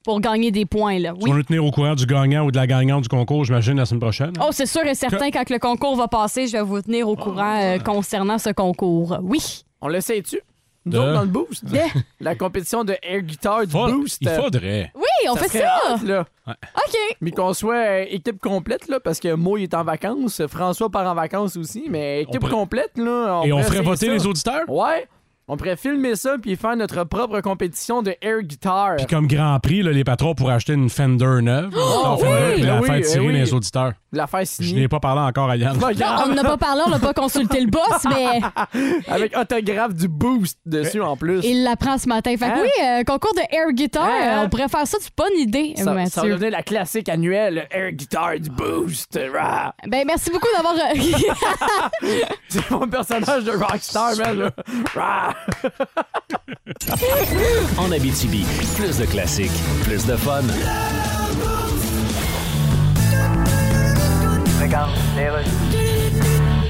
S3: pour gagner des points. Là.
S4: Tu
S3: Oui.
S4: vas nous tenir au courant du gagnant ou de la gagnante du concours, j'imagine, la semaine prochaine.
S3: Oh, c'est sûr et certain, quand le concours va passer, je vais vous tenir au courant euh, concernant ce concours. Oui.
S5: On le sait-tu? Nous
S4: De-
S5: autres, dans le boost.
S3: De-
S5: La compétition de air guitar du
S4: Faut-
S5: boost. euh,
S4: il faudrait.
S3: Oui, on fait
S5: serait
S3: ça.
S5: hot, là.
S3: OK.
S5: Mais qu'on soit euh, équipe complète, là, parce que Mo, il est en vacances. François part en vacances aussi, mais équipe
S4: pourrait-
S5: complète, là.
S4: Et on
S5: pourrait
S4: ferait
S5: essayer
S4: voter
S5: ça.
S4: les auditeurs?
S5: Ouais. On pourrait filmer ça puis faire notre propre compétition de air guitar.
S4: Puis comme grand prix, là, les patrons pourraient acheter une Fender neuve.
S5: Oh,
S4: Fender,
S5: oui!
S4: puis la
S5: Ben oui,
S4: faire
S5: ben
S4: tirer
S5: oui. Mm.
S4: les auditeurs.
S5: l'affaire signée.
S4: Je n'ai pas parlé encore à Yann.
S5: Pas
S3: Non,
S5: grave.
S3: on n'a pas parlé, on n'a pas consulté le boss, mais
S5: Avec autographe du boost dessus
S4: Euh,
S5: en plus.
S3: il l'apprend ce matin. Fait que
S5: Hein?
S3: oui, euh, concours de air guitar,
S5: Hein?
S3: euh, on pourrait faire ça, c'est pas une idée,
S5: Ça, ça va
S3: Mathieu.
S5: devenir la classique annuelle Air Guitar du Boost. Rah!
S3: Ben, merci beaucoup d'avoir. euh,
S5: C'est mon personnage de Rockstar, man. là. Rah!
S2: En Abitibi, plus de classiques, plus de fun.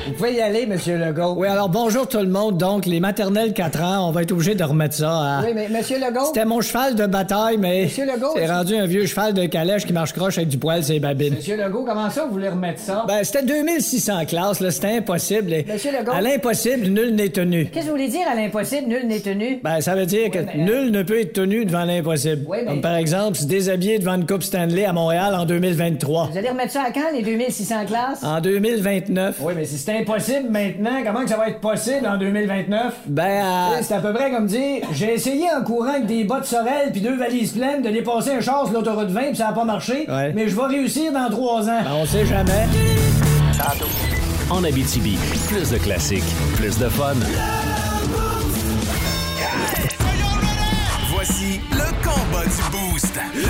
S7: Vous pouvez y aller, Monsieur Legault. Oui, alors bonjour tout le monde. Donc, les maternelles 4 ans, on va être obligé de remettre ça à...
S8: Oui, mais Monsieur Legault.
S7: Ah. C'était mon cheval de bataille, mais
S8: Monsieur Legault,
S7: c'est
S8: est-ce-
S7: rendu un vieux cheval de calèche qui marche croche avec du poil, c'est babine.
S8: Monsieur Legault, comment ça, vous voulez remettre ça?
S7: Ben, c'était 2600 classes, là, c'était impossible. et-
S8: Monsieur Legault.
S7: À l'impossible, nul n'est tenu.
S8: Qu'est-ce que vous voulez dire à l'impossible, nul n'est tenu?
S7: Ben, ça veut dire que nul ne peut être tenu devant l'impossible.
S8: euh, Oui, mais-
S7: Comme par exemple, se déshabiller devant une Coupe Stanley à Montréal en 2023.
S8: Vous allez remettre ça à quand, les 2600 classes?
S7: En 2029. Oui, mais si c'est impossible maintenant, comment que ça va être possible en 2029? Ben, C'est à peu près comme dire, j'ai essayé en courant avec des bottes sorel puis deux valises pleines de dépasser un char sur l'autoroute 20 puis ça a pas marché, mais je vais réussir dans trois ans. Ben, on sait jamais.
S2: En Abitibi, plus de classiques, plus de fun.
S12: Voici le combat du boost. Le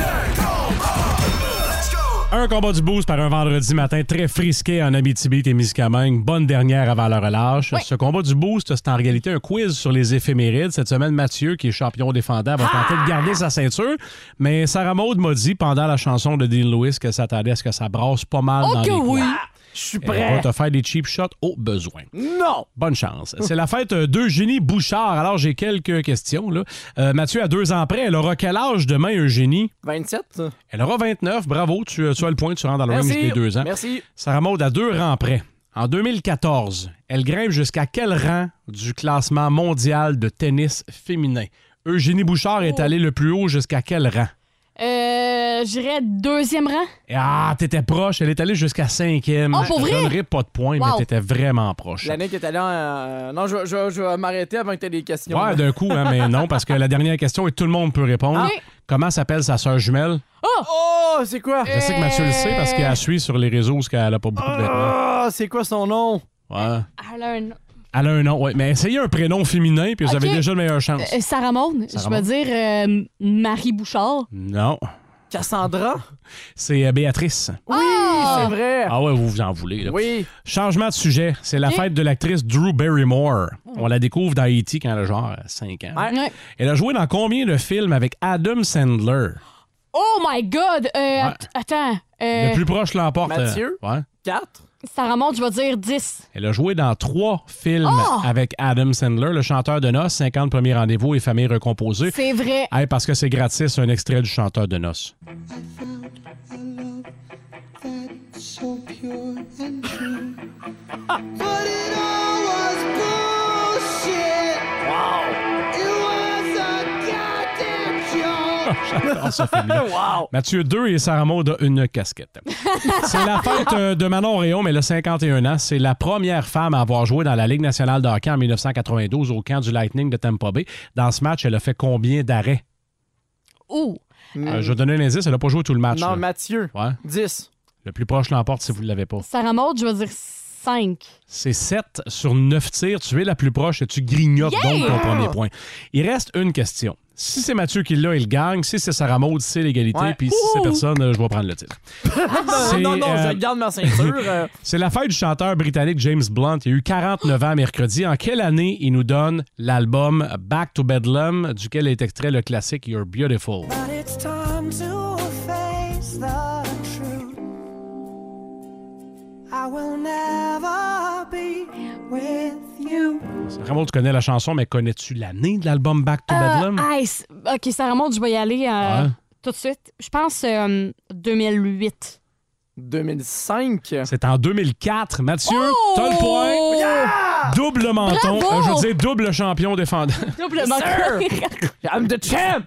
S4: Un combat du boost par un vendredi matin très frisqué en Abitibi-Témiscamingue. Bonne dernière avant le relâche. Ce combat du boost, c'est en réalité un quiz sur les éphémérides. Cette semaine, Mathieu, qui est champion défendant, va
S5: Ah!
S4: tenter de garder sa ceinture. Mais Sarah Maud m'a dit pendant la chanson de Dean Lewis que s'attendait à ce que ça brasse pas mal dans les coins.
S5: Je suis
S4: Elle va
S5: prêt.
S4: te faire des cheap shots au besoin.
S5: Non!
S4: Bonne chance. C'est la fête d'Eugénie Bouchard. Alors, j'ai quelques questions. Là. Euh, Mathieu, à deux ans près, elle aura quel âge demain, Eugénie?
S5: 27? ça?
S4: Elle aura 29. Bravo, tu, tu as le point, tu rentres dans le
S5: Merci.
S4: range des deux ans.
S5: Merci.
S4: Sarah Maud à deux rangs près. En 2014, elle grimpe jusqu'à quel rang du classement mondial de tennis féminin? Eugénie Bouchard est allée le plus haut jusqu'à quel rang?
S3: euh, J'irais deuxième rang.
S4: Ah, t'étais proche. Elle est allée jusqu'à cinquième.
S3: Oh, pour
S4: Je te
S3: vrai?
S4: donnerai pas de points, mais
S3: Wow.
S4: t'étais vraiment proche.
S5: L'année qui est allée en. euh, Non, je, vais- je vais- je vais m'arrêter avant que tu aies des questions.
S4: Ouais, d'un coup, hein, mais non, parce que la dernière question et tout le monde peut répondre.
S5: Ah.
S4: Comment s'appelle sa sœur jumelle?
S5: Oh! Oh, c'est quoi?
S4: Je sais que Mathieu le sait parce qu'il
S3: Euh.
S4: a suivi sur les réseaux parce qu'elle a pas beaucoup de vêtements.
S5: Ah, c'est quoi son nom?
S4: Ouais.
S3: Elle a un-
S4: Elle a un nom, ouais. Mais essayez un prénom féminin, puis vous
S3: Ok.
S4: avez déjà la meilleure chance.
S3: Euh, Sarah Maud,
S4: Sarah
S3: je vais
S4: Maud.
S3: dire euh, Marie Bouchard.
S4: Non.
S5: Cassandra?
S4: C'est euh, Béatrice.
S5: Oui, c'est vrai.
S4: Ah ouais, vous vous en voulez. là.
S5: Oui.
S4: Changement de sujet. C'est la
S5: Ok.
S4: fête de l'actrice Drew Barrymore. On la découvre dans Haïti quand elle a genre 5 ans.
S5: Ouais.
S4: Elle a joué dans combien de films avec Adam Sandler?
S3: Oh my God! Euh, att- Attends. euh,
S4: Le plus proche l'emporte.
S3: Mathieu?
S4: euh, ouais.
S5: 4.
S3: Sarah Maud, je vais dire 10.
S4: Elle a joué dans trois films
S3: Oh!
S4: avec Adam Sandler, le chanteur de noces, 50 premiers rendez-vous et famille recomposée.
S3: C'est vrai.
S4: Hey, parce que c'est gratis, un extrait du chanteur de noces.
S12: So pure and true. but it all was bullshit. Wow. It was a goddamn joke.
S4: J'adore ce film-là. Mathieu 2 et Sarah Maud a une casquette. C'est la fête euh, de Manon Réaume, elle a 51 ans. C'est la première femme à avoir joué dans la Ligue nationale de hockey en 1992 au camp du Lightning de Tampa Bay. Dans ce match, elle a fait combien d'arrêts?
S3: Ouh!
S4: Euh, je vais donner un indice, elle n'a pas joué tout le match.
S5: Mm. non,
S4: là.
S5: Mathieu.
S4: Ouais.
S5: 10.
S4: Le plus proche l'emporte si vous ne l'avez pas.
S3: Sarah Maud, je vais dire 5.
S4: C'est 7 sur 9 tirs. Tu es la plus proche et tu grignotes
S3: Yeah!
S4: donc ton
S3: Ah!
S4: premier point. Il reste une question. Si c'est Mathieu qui l'a, il gagne. Si c'est Sarah Maud, c'est l'égalité.
S5: Ouais.
S4: Puis si c'est
S5: Ouh!
S4: personne, euh, je vais prendre le titre.
S5: non,
S4: C'est,
S5: Ah, non, non,
S4: euh,
S5: je garde ma ceinture. euh,
S4: C'est la fête du chanteur britannique James Blunt. Il a eu 49 ans mercredi. En quelle année il nous donne l'album Back to Bedlam, duquel est extrait le classique You're Beautiful?
S12: But it's time to face the truth. I will never be with you.
S4: Vraiment, tu connais la chanson, mais connais-tu l'année de l'album Back to Bedlam?
S3: Euh, hey, c- ok, Sarah Maud, je vais y aller euh,
S4: Ouais.
S3: tout de suite. Je pense euh, 2008.
S5: 2005.
S4: C'est en 2004. Mathieu,
S3: Oh!
S4: t'as le point. Double menton.
S3: Bravo!
S4: Euh, je veux dire double champion défendant.
S3: Doublement.
S5: I'm the champ!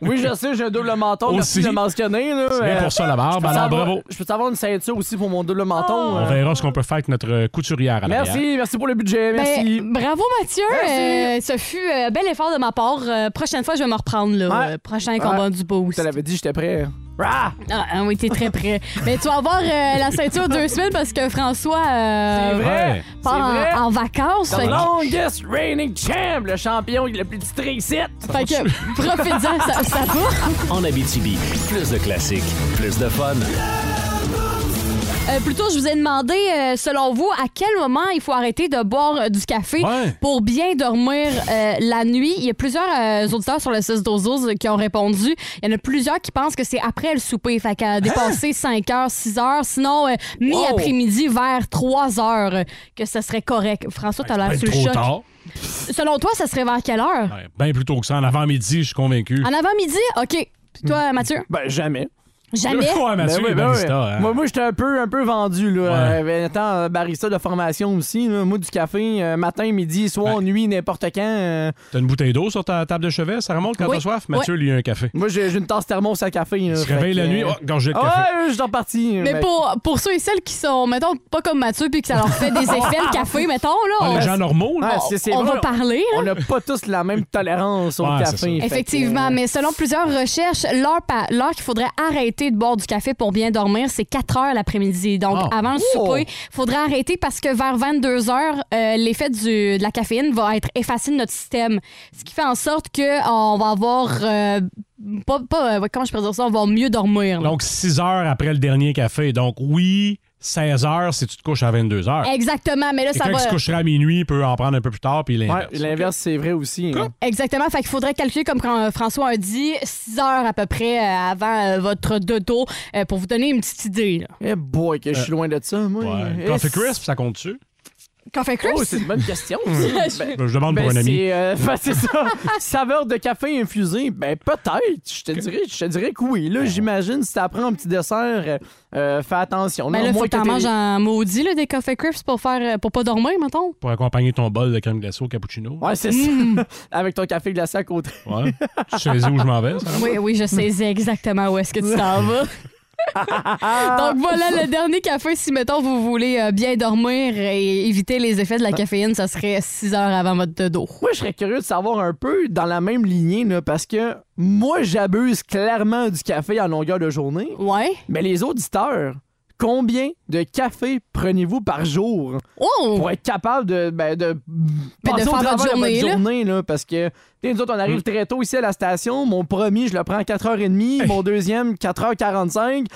S5: Oui, je sais, j'ai un double menton. Merci
S4: Aussi.
S5: de mentionner. là,
S4: C'est bien
S5: euh,
S4: pour ça, la barbe.
S5: je peux
S4: Alors,
S5: savoir-
S4: bravo.
S5: Je peux avoir une ceinture aussi pour mon double menton.
S4: On
S5: euh.
S4: verra ce qu'on peut faire avec notre couturière à la
S5: Merci, merci pour le budget. Merci.
S3: Ben, bravo Mathieu,
S5: Merci.
S3: Euh, ce fut un bel effort de ma part. Euh, prochaine fois, je vais me reprendre là,
S5: Ouais.
S3: euh, prochain
S5: Ouais.
S3: combat du boost.
S5: Tu l'avais dit, j'étais prêt. Ah,
S3: ah oui, t'es très près. Mais tu vas avoir euh, la ceinture deux semaines parce que François euh,
S4: Ah,
S5: C'est vrai.
S3: part
S5: C'est
S3: en,
S5: vrai.
S3: en vacances.
S5: The
S3: Fait que-
S5: longest reigning champ, le champion le plus titré ici.
S3: Fait que, profite-en, ça, ça va.
S2: En Abitibi, plus de classiques, plus de fun.
S3: Euh, plutôt, je vous ai demandé, euh, selon vous, à quel moment il faut arrêter de boire euh, du café pour bien dormir euh, la nuit. Il y a plusieurs euh, auditeurs sur le 6 12 qui ont répondu. Il y en a plusieurs qui pensent que c'est après le souper, fait
S4: Hein?
S3: qu'à dépasser 5 heures, 6 heures, sinon euh,
S4: Oh!
S3: mi-après-midi vers 3 heures, euh, que ça serait correct. François, t'as l'air
S4: peut
S3: sur
S4: être
S3: le
S4: Ben, trop
S3: choc.
S4: tard.
S3: Selon toi, ça serait vers quelle heure?
S4: Bien plus tôt que ça. En avant-midi, je suis convaincu.
S3: En avant-midi? OK. Puis toi, Mathieu?
S5: Ben, jamais.
S3: Jamais?
S4: Ouais, Mathieu,
S5: Ben oui,
S4: il est
S5: ben oui.
S4: barista, hein.
S5: Moi, moi j'étais un peu, un peu vendu, là.
S4: Ouais.
S5: Euh, étant euh, barista de formation aussi, là. Moi, du café, euh, matin, midi, soir, nuit, n'importe quand. euh,
S4: T'as une bouteille d'eau sur ta table de chevet? Ça remonte quand
S5: Oui.
S4: t'as soif? Mathieu, lui, il a un café.
S5: Moi, j'ai j'ai une tasse thermos à café. Il
S4: se réveille la nuit, oh, gorgée de café.
S5: euh, Ouais, je suis reparti.
S3: Mais pour, pour ceux et celles qui sont, mettons, pas comme Mathieu, puis que ça leur fait des effets, le café, mettons, là.
S4: Ah,
S3: on-
S5: Ouais,
S3: on-
S5: c'est- c'est
S3: on
S5: vrai,
S3: va parler, là.
S5: On n'a pas tous la même tolérance au
S3: Ouais, c'est
S5: café. fait
S3: Effectivement,
S5: que, euh,
S3: mais selon plusieurs recherches, l'heure pa- l'heure qu'il faudrait arrêter de boire du café pour bien dormir, c'est 4 heures l'après-midi. Donc, avant le
S5: Oh.
S3: souper, il faudrait arrêter parce que vers 22 heures, euh, l'effet du- de la caféine va être effacé de notre système. Ce qui fait en sorte qu'on va avoir. euh, pas, pas- euh, comment je peux dire ça? On va mieux dormir. là.
S4: Donc, 6 heures après le dernier café. Donc, oui, 16 heures si tu te couches à 22 heures.
S3: Exactement, mais là, ça
S4: Quelqu'un
S3: va.
S4: qui se couchera à minuit peut en prendre un peu plus tard, puis l'inverse.
S5: Eh, Ouais, l'inverse, c'est vrai aussi. hein.
S3: Exactement. Fait qu'il faudrait calculer, comme quand euh, François a dit, 6 heures à peu près euh, avant euh, votre dodo euh, pour vous donner une petite idée. là.
S5: Eh boy, que je suis
S4: Euh,
S5: loin de ça, moi.
S4: Ouais.
S5: Eh,
S4: Coffee
S5: c'est-
S4: Crisp, ça compte-tu?
S3: Café Crisp?
S5: Oh, c'est une bonne question.
S4: Je- Je demande
S5: ben,
S4: pour un ami.
S5: C'est, euh, ben, c'est ça. Saveur de café infusé. Ben, peut-être. Je te dirais, je te dirais que oui.
S4: Ben,
S5: Là, j'imagine, si t'apprends un petit dessert, euh, euh, fais attention.
S3: Mais
S5: Non,
S3: Ben, là, faut
S5: moins
S3: que t'en
S5: t'aies-
S3: manges en maudit, là, des Coffee Crisps pour, faire, euh, pour pas dormir, mettons.
S4: Pour accompagner ton bol de crème glacée au cappuccino.
S5: Ouais, c'est
S3: Mmh.
S5: ça. Avec ton café glacé à côté.
S4: Ouais. Tu sais où je m'en vais, ça?
S3: Oui, oui, je sais exactement où est-ce que tu t'en vas. Donc voilà, le dernier café, si mettons vous voulez euh, bien dormir et éviter les effets de la caféine, ça serait 6 heures avant votre dodo.
S5: Moi, je serais curieux de savoir un peu dans la même lignée, là, parce que moi, j'abuse clairement du café en longueur de journée.
S3: Ouais.
S5: Mais les auditeurs, combien de café prenez-vous par jour pour être capable de, ben, de
S3: Ben, de
S5: passer au
S3: faire votre
S5: travers de
S3: journée, là. Mm.
S5: journée, là, parce que tu sais, nous autres, on arrive très tôt ici à la station. Mon premier, je le prends à 4h30. Mon deuxième, 4h45.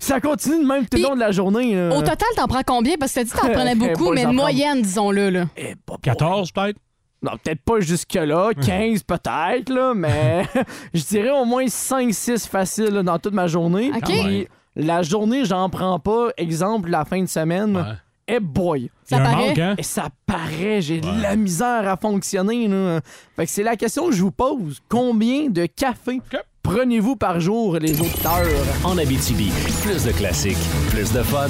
S5: Ça continue de même tout le long de la journée. là.
S3: Au total, t'en prends combien? Parce que t'as dit que t'en prenais beaucoup,
S5: Boys,
S3: mais
S5: j'en
S3: une
S5: prends-
S3: moyenne, disons-le. Là.
S4: 14 peut-être?
S5: Eh, Non, peut-être pas jusque-là, 15 peut-être, là, mais je dirais au moins 5-6 faciles là, dans toute ma journée.
S3: Ok. Ah
S5: Puis, la journée, j'en prends pas. Exemple, la fin de semaine. Eh boy!
S3: Ça Il y a un paraît. manque, hein?
S5: Et ça paraît, j'ai de la misère à fonctionner. là. Fait que c'est la question que je vous pose. Combien de café prenez-vous par jour, les auditeurs?
S2: En Abitibi, plus de classiques, plus de fun.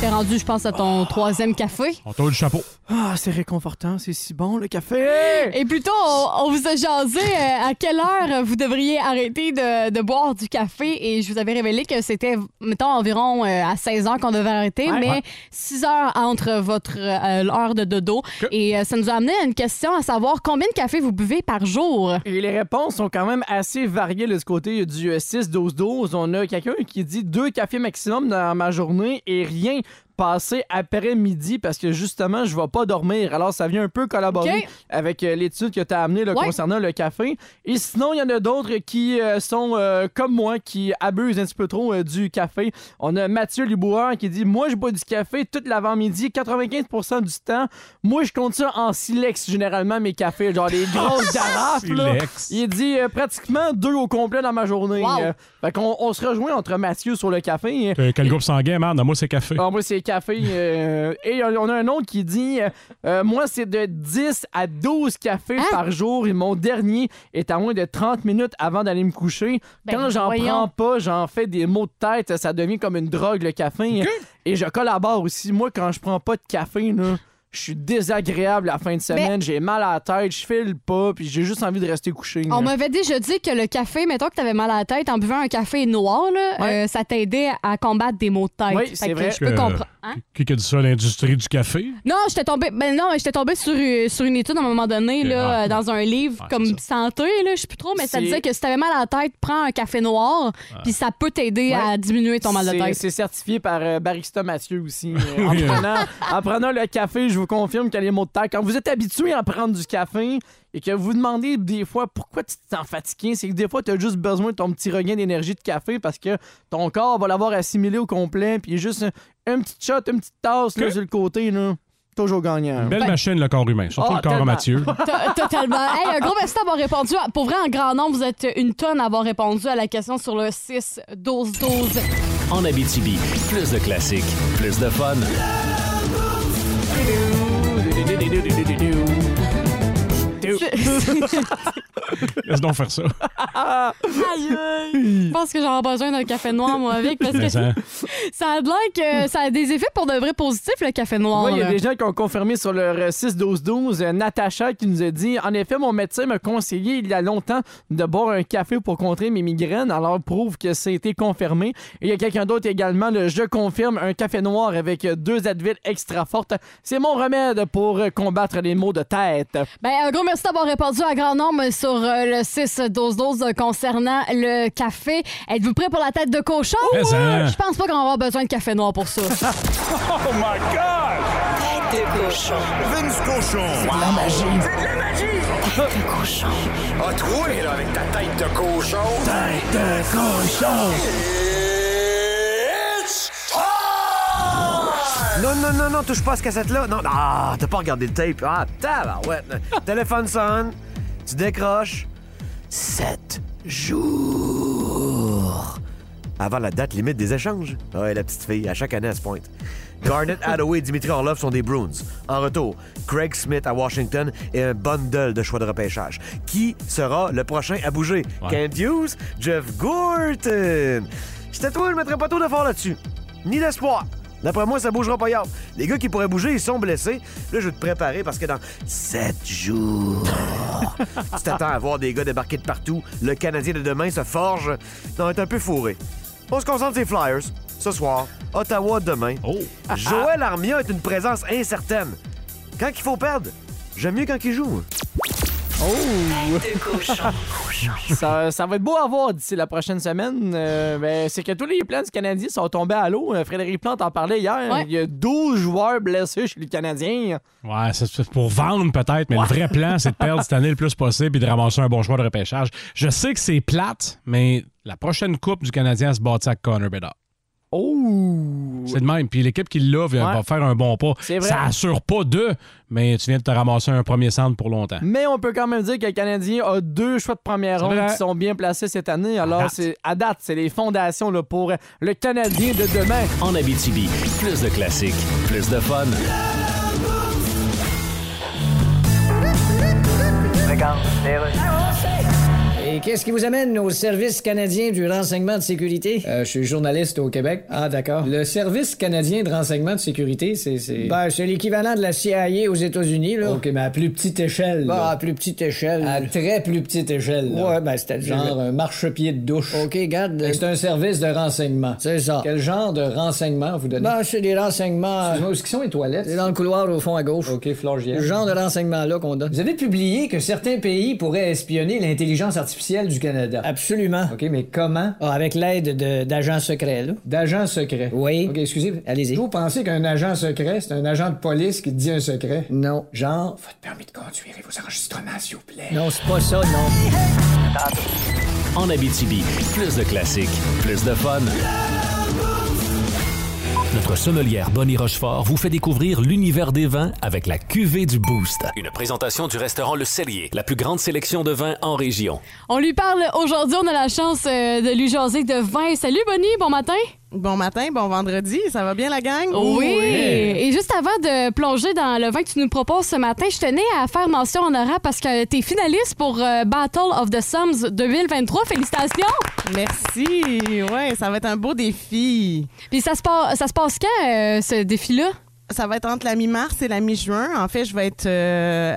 S3: T'es rendu, je pense, à ton troisième café.
S4: On tourne le chapeau.
S5: Ah, c'est réconfortant, c'est si bon le café!
S3: Et plutôt, on, on vous a jasé euh, à quelle heure euh, vous devriez arrêter de, de boire du café et je vous avais révélé que c'était, mettons, environ euh, à 16 heures qu'on devait arrêter,
S12: Ouais.
S3: mais
S12: Ouais.
S3: 6 heures entre votre euh, heure de dodo. Et euh, ça nous a amené à une question à savoir combien de café vous buvez par jour?
S5: Et les réponses sont quand même assez variées de ce côté du euh, 6-12-12. On a quelqu'un qui dit deux cafés maximum dans ma journée et rien passer après midi parce que justement, je vais pas dormir. Alors, ça vient un peu collaborer
S3: Ok.
S5: avec euh, l'étude que tu as amenée là,
S3: Ouais.
S5: concernant le café. Et sinon, il y en a d'autres qui euh, sont euh, comme moi, qui abusent un petit peu trop euh, du café. On a Mathieu Liboueur qui dit Moi, je bois du café toute l'avant-midi, 95 du temps. Moi, je compte ça en silex, généralement, mes cafés. Genre des grosses garafes. Ah, là.
S4: Silex.
S5: Il dit euh, pratiquement deux au complet dans ma journée.
S4: Wow.
S5: Euh, fait qu'on on se rejoint entre Mathieu sur le café.
S4: Euh, Quel groupe sanguin, merde? Moi, c'est café.
S5: Ah, moi, c'est café. euh, et on a un autre qui dit euh, euh, Moi, c'est de 10 à 12 cafés par jour et mon dernier est à moins de 30 minutes avant d'aller me coucher.
S12: Ben,
S5: Quand j'en
S12: voyons.
S5: prends pas, j'en fais des maux de tête. Ça devient comme une drogue, le café. Et je collabore aussi. Moi, quand je prends pas de café, là, je suis désagréable la fin de semaine, j'ai mal à la tête, je file pas, puis j'ai juste envie de rester couché.
S3: On
S5: là.
S3: m'avait dit jeudi que le café, mettons que t'avais mal à la tête, en buvant un café noir, là, euh, ça t'aidait à combattre des maux de tête. Fait que Je peux comprendre. Hein?
S4: Qui qui a dit ça, l'industrie du café?
S3: Non, j'étais tombée, ben non, j'étais tombée sur, euh, sur une étude à un moment donné,
S4: Ah,
S3: là, euh, dans un livre comme santé, là, je sais plus trop, mais ça
S5: C'est-
S3: disait que si t'avais mal à la tête, prends un café noir,
S4: Ah.
S3: puis ça peut t'aider
S5: Ouais.
S3: à diminuer ton mal de
S5: C'est-
S3: tête.
S5: C'est certifié par euh, Barista Mathieu aussi. Euh, en,
S3: Oui.
S5: prenant, en prenant le café, je vous confirme qu'il y a les mots de tête. Quand vous êtes habitué à prendre du café et que vous demandez des fois pourquoi tu t'en fatigues, c'est que des fois, tu as juste besoin de ton petit regain d'énergie de café parce que ton corps va l'avoir assimilé au complet. Puis juste un, un petit shot, une petite tasse là, sur le côté, là, toujours gagnant.
S4: Belle machine, le corps humain. Surtout
S5: Ben- Ah,
S4: le corps à
S5: tellement.
S4: Mathieu.
S3: To- Totalement. Hey, un gros merci d'avoir répondu. À- Pour vrai, en grand nombre, vous êtes une tonne à avoir répondu à la question sur le 6 12 12.
S2: En Abitibi, plus de classiques, plus de fun.
S4: Laisse donc faire ça.
S3: Aïe, aïe. Je pense que j'aurai besoin d'un café noir, moi, avec, parce que
S4: Mais
S3: ça
S4: ça-
S3: a de l'air que ça a des effets pour de vrai positifs, le café noir.
S5: Ouais, il y a
S3: là.
S5: des gens qui ont confirmé sur leur euh, 6-12-12. euh, Natacha qui nous a dit En effet, mon médecin m'a conseillé il y a longtemps de boire un café pour contrer mes migraines. Alors, prouve que ça a été confirmé. Et il y a quelqu'un d'autre également le Je confirme un café noir avec euh, deux Advil extra fortes. C'est mon remède pour euh, combattre les maux de tête.
S3: Ben, un gros merci d'avoir répondu à grand nombre sur euh, le 6-12-12 euh, concernant le café. Êtes-vous prêts pour la tête de cochon?
S12: Mais ça.
S3: Je pense pas qu'on va avoir besoin de café noir pour ça.
S12: Oh my God! Tête de cochon. Vince cochon. C'est de la magie. C'est de la magie. Tête de cochon.
S13: A troué, Ah, là, avec ta tête de cochon.
S12: Tête de cochon.
S13: Non, non, non, non, touche pas à ce cassette-là. Non, ah, t'as pas regardé le tape. Ah, tabarouette. Téléphone sonne, tu décroches. Sept jours. Avant la date limite des échanges. Ah Ouais, la petite fille, à chaque année, elle se pointe. Garnet Hathaway et Dimitri Orlov sont des Bruins. En retour, Craig Smith à Washington et un bundle de choix de repêchage. Qui sera le prochain à bouger? Kent Hughes? Jeff Gorton? C'était toi, je mettrais pas trop d'efforts là-dessus. Ni d'espoir. D'après moi, ça bougera pas hier. Les gars qui pourraient bouger, ils sont blessés. Là, je vais te préparer parce que dans sept jours, tu t'attends à voir des gars débarquer de partout. Le Canadien de demain se forge. Non, est un peu fourré. On se concentre sur les Flyers. Ce soir, Ottawa demain. Joël Armia est une présence incertaine. Quand il faut perdre, j'aime mieux quand il joue.
S5: Oh! ça, ça va être beau à voir d'ici la prochaine semaine. Euh, ben, c'est que tous les plans du Canadien sont tombés à l'eau. Euh, Frédéric Plante en parlait hier.
S4: Ouais.
S5: Il y a 12 joueurs blessés chez les Canadiens.
S4: Ouais, ça, c'est pour vendre peut-être, mais le vrai plan, c'est de perdre cette année le plus possible et de ramasser un bon choix de repêchage. Je sais que c'est plate, mais la prochaine Coupe du Canadien elle se bâtit avec Connor Bedard.
S5: Oh!
S4: C'est de même. Puis l'équipe qui l'a va
S5: Ouais.
S4: faire un bon pas.
S5: C'est vrai.
S4: Ça assure pas deux, mais tu viens de te ramasser un premier centre pour longtemps.
S5: Mais on peut quand même dire que le Canadien a deux choix de première
S4: C'est
S5: ronde
S4: vrai.
S5: qui sont bien placés cette année. Alors, c'est à date, c'est les fondations là, pour le Canadien de demain.
S2: En Abitibi, plus de classiques, plus de fun.
S7: Et qu'est-ce qui vous amène au Service canadien du renseignement de sécurité? Euh, je suis journaliste au Québec. Ah, d'accord. Le Service canadien de renseignement de sécurité, c'est... Ben, c'est l'équivalent de la CIA aux États-Unis, là. OK, mais à plus petite échelle, à plus petite échelle. À très plus petite échelle, Ouais, ben, c'est-à-dire... Genre un marchepied de douche. OK, garde... C'est un service de renseignement. C'est ça. Quel genre de renseignement vous donnez? Ben, c'est des renseignements... Excuse-moi, où est-ce qu'ils sont, les toilettes? C'est dans le couloir, au fond, à gauche. OK,
S14: Le
S7: Florgière.
S14: genre de renseignement-là qu'on donne.
S7: Vous avez publié que certains pays pourraient espionner l'intelligence artificielle du Canada. Absolument. OK, mais comment? avec l'aide d'agents secrets, là. D'agents secrets? Oui. OK, excusez. Allez-y. Vous pensez qu'un agent secret, c'est un agent de police qui dit un secret? Non. Genre, votre permis de conduire et vos enregistrements, s'il vous plaît.
S14: Non, c'est pas ça, non.
S2: En Abitibi, plus de classiques, plus de fun. Notre sommelière Bonnie Rochefort vous fait découvrir l'univers des vins avec la cuvée du Boost. Une présentation du restaurant Le Cellier, la plus grande sélection de vins en région.
S3: On lui parle aujourd'hui, on a la chance euh, de lui jaser de vin. Salut Bonnie, bon matin.
S11: Bon matin, bon vendredi. Ça va bien, la gang?
S3: Oui. Et juste avant de plonger dans le vin que tu nous proposes ce matin, je tenais à faire mention honorable parce que tu es finaliste pour euh, Battle of the Sums 2023. Félicitations!
S11: Merci. Ouais, ça va être un beau défi.
S3: Puis ça se passe, ça se passe quand, euh, ce défi-là?
S11: ça va être entre la mi-mars et la mi-juin. En fait, je vais être. euh,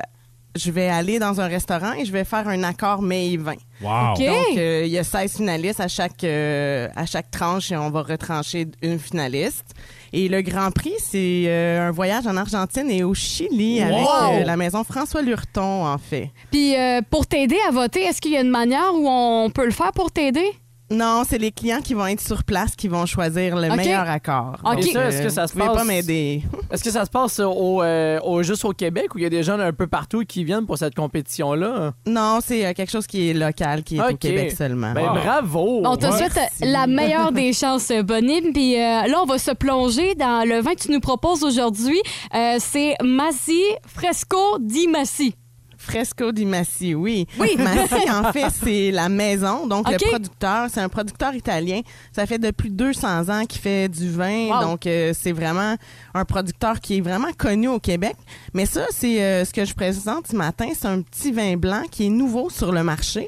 S11: je vais aller dans un restaurant et je vais faire un accord mai et 20.
S12: Wow. OK.
S11: Donc, euh, il y a 16 finalistes à chaque, euh, à chaque tranche et on va retrancher une finaliste. Et le Grand Prix, c'est euh, un voyage en Argentine et au Chili avec
S3: Wow.
S11: euh, la maison François Lurton, en fait.
S3: Puis euh, pour t'aider à voter, est-ce qu'il y a une manière où on peut le faire pour t'aider?
S11: Non, c'est les clients qui vont être sur place qui vont choisir le
S3: OK.
S11: meilleur accord.
S5: Ok.
S11: Donc,
S5: Et ça, est-ce que ça se
S11: vous pouvez pas
S5: passe-
S11: m'aider.
S5: Est-ce que ça se passe au, euh, au- juste au Québec où il y a des gens un peu partout qui viennent pour cette compétition-là?
S11: Non, c'est euh, quelque chose qui est local, qui est au
S5: Ok.
S11: Québec seulement.
S5: Ben, bravo!
S3: On te
S11: Ouais.
S3: souhaite la meilleure des chances, Bonnie. Puis euh, là, on va se plonger dans le vin que tu nous proposes aujourd'hui. Euh, c'est Massi Fresco di Massi.
S11: Fresco di Massi, oui.
S3: Oui.
S11: Massi, en fait, c'est la maison. Donc,
S3: OK.
S11: le producteur, c'est un producteur italien. Ça fait depuis 200 ans qu'il fait du vin.
S3: Wow.
S11: Donc, euh, c'est vraiment un producteur qui est vraiment connu au Québec. Mais ça, c'est euh, ce que je présente ce matin. C'est un petit vin blanc qui est nouveau sur le marché.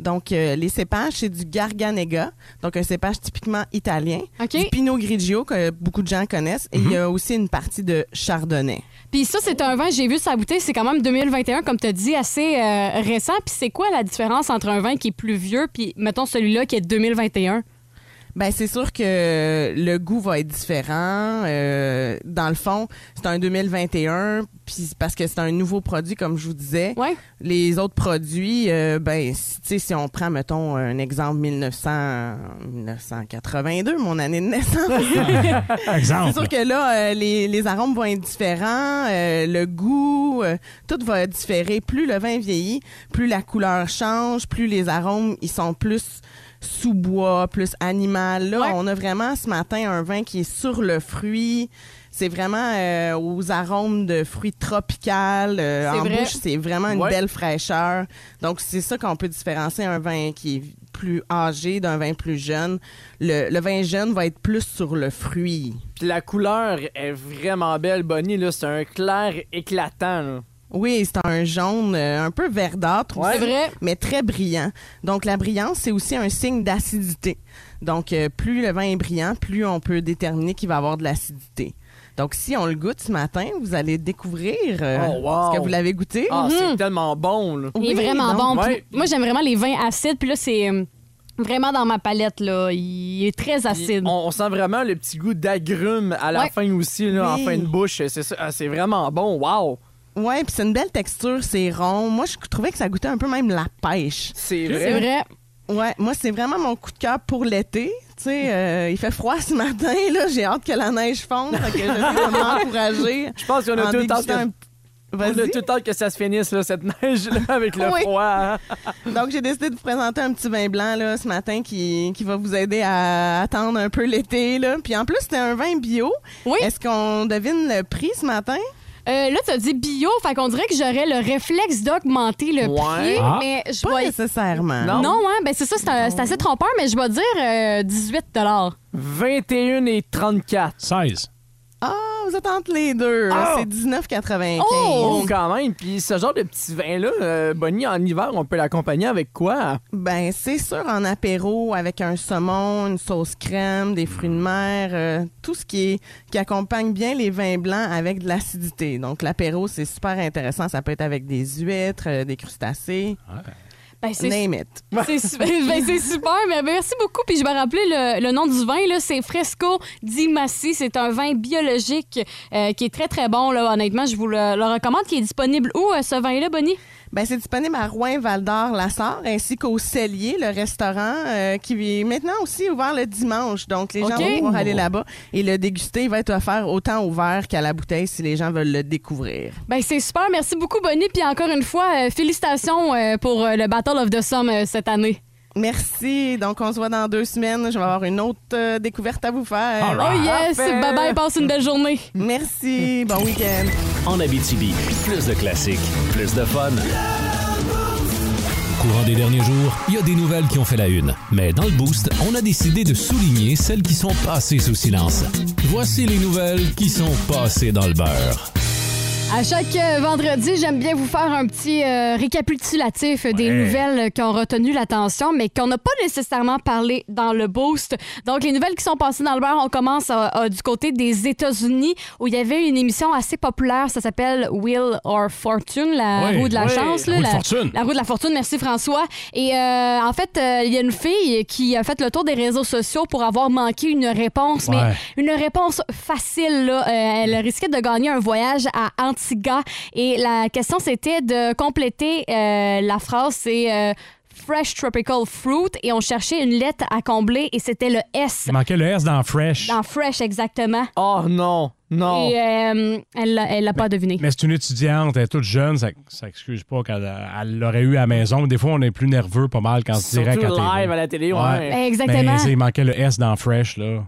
S11: Donc, euh, les cépages, c'est du Garganega, donc un cépage typiquement italien. Du Pinot Grigio, que beaucoup de gens connaissent. Et il y a aussi une partie de Chardonnay.
S3: Puis ça, c'est un vin, j'ai vu sa bouteille, c'est quand même 2021, comme tu as dit, assez euh, récent. Puis c'est quoi la différence entre un vin qui est plus vieux, puis mettons celui-là qui est de 2021?
S11: Ben c'est sûr que le goût va être différent. Euh, dans le fond, c'est un 2021, puis c'est parce que c'est un nouveau produit, comme je vous disais. Les autres produits, euh, ben, si- tu sais, si on prend, mettons, un exemple 1900, 1982, mon année de naissance.
S12: Exemple.
S11: C'est sûr que là, euh, les, les arômes vont être différents, euh, le goût, euh, tout va différer. Plus le vin vieillit, plus la couleur change, plus les arômes, ils sont plus sous bois, plus animal. Là, on a vraiment ce matin un vin qui est sur le fruit. C'est vraiment euh, aux arômes de fruits tropicales. euh,
S5: C'est
S11: en
S5: vrai.
S11: bouche, c'est vraiment une
S5: Ouais.
S11: belle fraîcheur. Donc, c'est ça qu'on peut différencier un vin qui est plus âgé d'un vin plus jeune. Le- le vin jeune va être plus sur le fruit.
S5: Puis la couleur est vraiment belle, Bonnie. là. C'est un clair éclatant. là.
S11: Oui, c'est un jaune euh, un peu verdâtre,
S5: Ouais.
S11: aussi,
S5: C'est vrai.
S11: mais très brillant. Donc la brillance, c'est aussi un signe d'acidité. Donc euh, plus le vin est brillant, plus on peut déterminer qu'il va avoir de l'acidité. Donc si on le goûte ce matin, vous allez découvrir euh,
S5: Oh, wow.
S11: ce que vous l'avez goûté.
S5: Ah, c'est
S3: Mhm.
S5: tellement bon. Là.
S3: Il est vraiment bon. Puis
S5: Ouais.
S3: Moi, j'aime vraiment les vins acides, puis là, c'est euh, vraiment dans ma palette, là. Il est très acide.
S5: On, on sent vraiment le petit goût d'agrumes à la
S3: Ouais.
S5: fin aussi, là,
S11: Oui.
S5: en fin de bouche. C'est ça- ah, C'est vraiment bon. Wow!
S11: Ouais, puis c'est une belle texture, c'est rond. Moi, je trouvais que ça goûtait un peu même la pêche.
S5: C'est
S3: vrai. C'est vrai.
S11: Ouais, moi, c'est vraiment mon coup de cœur pour l'été. Tu sais, euh, il fait froid ce matin, là. J'ai hâte que la neige fonde, fait que je vais vraiment encourager.
S5: Je pense qu'on a
S11: en
S5: tout le temps
S11: dégustant
S5: que-
S11: un-
S5: On
S11: Vas-y.
S5: a tout le temps que ça se finisse, là, cette neige-là, avec le
S11: Oui.
S5: froid. hein.
S11: Donc, j'ai décidé de vous présenter un petit vin blanc là, ce matin qui, qui va vous aider à attendre un peu l'été. là. Puis en plus, c'était un vin bio.
S3: Oui.
S11: Est-ce qu'on devine le prix ce matin?
S3: Euh, là, tu as dit bio, fait qu'on dirait que j'aurais le réflexe d'augmenter le
S11: Ouais.
S3: prix,
S11: Ah.
S3: mais je
S11: Pas
S3: vais-
S11: nécessairement.
S3: Non, hein, ben c'est ça, c'est un- c'est assez trompeur, mais je vais dire euh, 18
S5: 21 et 34.
S4: 16.
S11: Ah, vous êtes entre les deux.
S5: Ah!
S11: C'est 19,95.
S5: Oh, quand même. Puis ce genre de petit vin-là, euh, Bonnie, en hiver, on peut l'accompagner avec quoi?
S11: Ben, c'est sûr, en apéro, avec un saumon, une sauce crème, des
S3: Mm.
S11: fruits de mer, euh, tout ce qui, est, qui accompagne bien les vins blancs avec de l'acidité. Donc, l'apéro, c'est super intéressant. Ça peut être avec des huîtres, euh, des crustacés.
S3: Ben, c'est-
S11: Name it.
S3: C'est su- ben, c'est super, mais ben, merci beaucoup. Puis je vais rappeler le, le nom du vin, là, c'est Fresco di Massi. C'est un vin biologique euh, qui est très, très bon. Là, honnêtement, je vous le, le recommande. Qui est disponible où, euh, ce vin-là, Bonnie?
S11: Ben, c'est disponible à Rouen, Val d'Or, La Sarre, ainsi qu'au Cellier, le restaurant, euh, qui est maintenant aussi ouvert le dimanche. Donc, les gens
S3: Ok.
S11: vont pouvoir aller
S3: Oh.
S11: là-bas et le déguster. Il va être offert autant au verre qu'à la bouteille si les gens veulent le découvrir.
S3: Ben, c'est super. Merci beaucoup, Bonnie. Puis encore une fois, euh, félicitations euh, pour euh, le Battle of the Somme euh, cette année.
S11: Merci. Donc, on se voit dans deux semaines. Je vais avoir une autre euh, découverte à vous faire.
S3: All right. Oh yes! Bye-bye. Passe une belle journée.
S11: Merci. Bon week-end.
S2: En Abitibi, plus de classiques, plus de fun. Courant des derniers jours, il y a des nouvelles qui ont fait la une. Mais dans le Boost, on a décidé de souligner celles qui sont passées sous silence. Voici les nouvelles qui sont passées dans le beurre.
S3: À chaque euh, vendredi, j'aime bien vous faire un petit euh, récapitulatif des
S15: Ouais.
S3: nouvelles euh, qui ont retenu l'attention, mais qu'on n'a pas nécessairement parlé dans le boost. Donc, les nouvelles qui sont passées dans le beurre, on commence euh, euh, du côté des États-Unis, où il y avait une émission assez populaire, ça s'appelle Will or Fortune, la
S15: Ouais,
S3: roue de la
S15: ouais.
S3: chance.
S15: La roue de fortune.
S3: la roue de la fortune, merci François. Et euh, en fait, euh, il y a une fille qui a fait le tour des réseaux sociaux pour avoir manqué une réponse,
S15: Ouais.
S3: mais une réponse facile. Là. Euh, elle risquait de gagner un voyage à Antigua. Et la question, c'était de compléter euh, la phrase, c'est euh, Fresh Tropical Fruit. Et on cherchait une lettre à combler et c'était le S.
S4: Il manquait le S dans Fresh.
S3: Dans Fresh, exactement.
S5: Oh non, non.
S3: Et euh, elle l'a- elle l'a pas deviné.
S4: Mais c'est une étudiante, elle est toute jeune, ça, ça excuse pas qu'elle elle l'aurait eu à la maison. Des fois, on est plus nerveux pas mal quand c'est direct à
S5: Surtout
S4: la
S5: live
S4: télé.
S5: à la télé, ouais.
S3: Ben, exactement.
S4: Mais c'est- il manquait le S dans Fresh, là.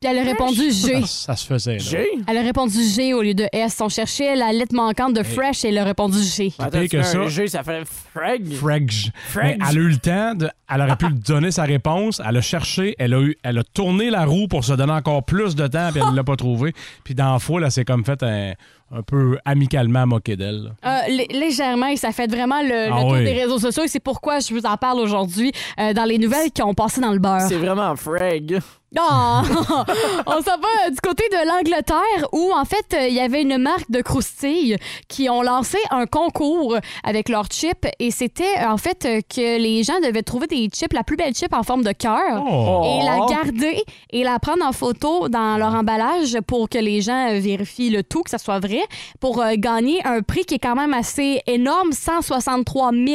S3: Puis elle a répondu G.
S4: Ça, ça se faisait, là.
S3: Elle a répondu G au lieu de S. On cherchait la lettre manquante de Fresh et elle a répondu G.
S4: Attends, tu que mets un ça. G,
S5: ça fait frag.
S4: Fregge.
S5: Fregge.
S4: Mais elle a eu le temps, de- elle aurait pu donner sa réponse, elle a cherché, elle a, eu, elle a tourné la roue pour se donner encore plus de temps, puis elle l'a pas trouvé. Puis dans la foule, elle s'est comme fait un, un peu amicalement moquer d'elle. là.
S3: Euh, lé- légèrement, et ça fait vraiment le, le
S4: Ah
S3: tour
S4: oui.
S3: des réseaux sociaux et c'est pourquoi je vous en parle aujourd'hui euh, dans les nouvelles qui ont passé dans le beurre.
S5: C'est vraiment frag.
S3: Non! on s'en va euh, du côté de l'Angleterre où, en fait, euh, il y avait une marque de croustilles qui ont lancé un concours avec leurs chips et c'était, euh, en fait, euh, que les gens devaient trouver des chips, la plus belle chip en forme de cœur
S15: Oh.
S3: et la garder et la prendre en photo dans leur emballage pour que les gens euh, vérifient le tout, que ça soit vrai, pour euh, gagner un prix qui est quand même assez énorme, 163 000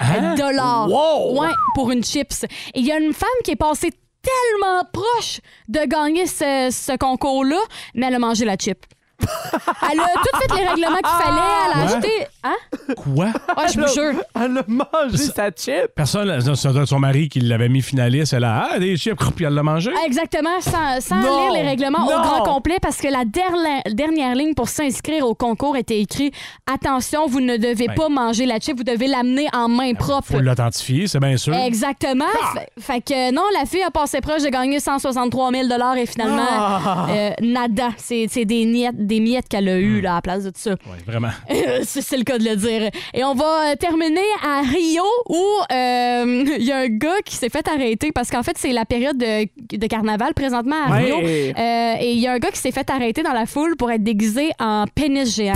S15: Hein?
S3: euh, dollars.
S15: Wow!
S3: Ouais, pour une chips. Et il y a une femme qui est passée tellement proche de gagner ce, ce concours-là, mais elle a mangé la chip. elle a tout fait les règlements qu'il fallait, elle a
S4: Ouais.
S3: acheté... Hein?
S4: Quoi?
S3: Ouais, je vous
S5: Elle a-
S3: jure.
S5: Elle a mangé sa chip.
S4: Personne, ça doit être son mari qui l'avait mis finaliste, elle a ah, des chips, puis elle l'a mangé.
S3: Ah, Exactement, sans, sans
S4: Non!
S3: lire les règlements au
S4: Non!
S3: grand complet, parce que la derla- dernière ligne pour s'inscrire au concours était écrit Attention, vous ne devez
S4: Ben.
S3: pas manger la chip, vous devez l'amener en main propre.
S4: Faut l'authentifier, c'est bien sûr.
S3: Exactement.
S4: Ah!
S3: Fait- Fait que non, la fille a passé proche de gagner 163 000 et finalement,
S4: Ah!
S3: euh, nada. C'est c'est des, miettes- des miettes qu'elle a eues là, à la place de tout ça.
S4: Vraiment.
S3: Euh, C'est c'est le cas de le dire. Et on va euh, terminer à Rio où euh, il y a un gars qui s'est fait arrêter parce qu'en fait, c'est la période de, de carnaval présentement à
S15: Ouais.
S3: Rio. Euh, et il y a un gars qui s'est fait arrêter dans la foule pour être déguisé en pénis géant.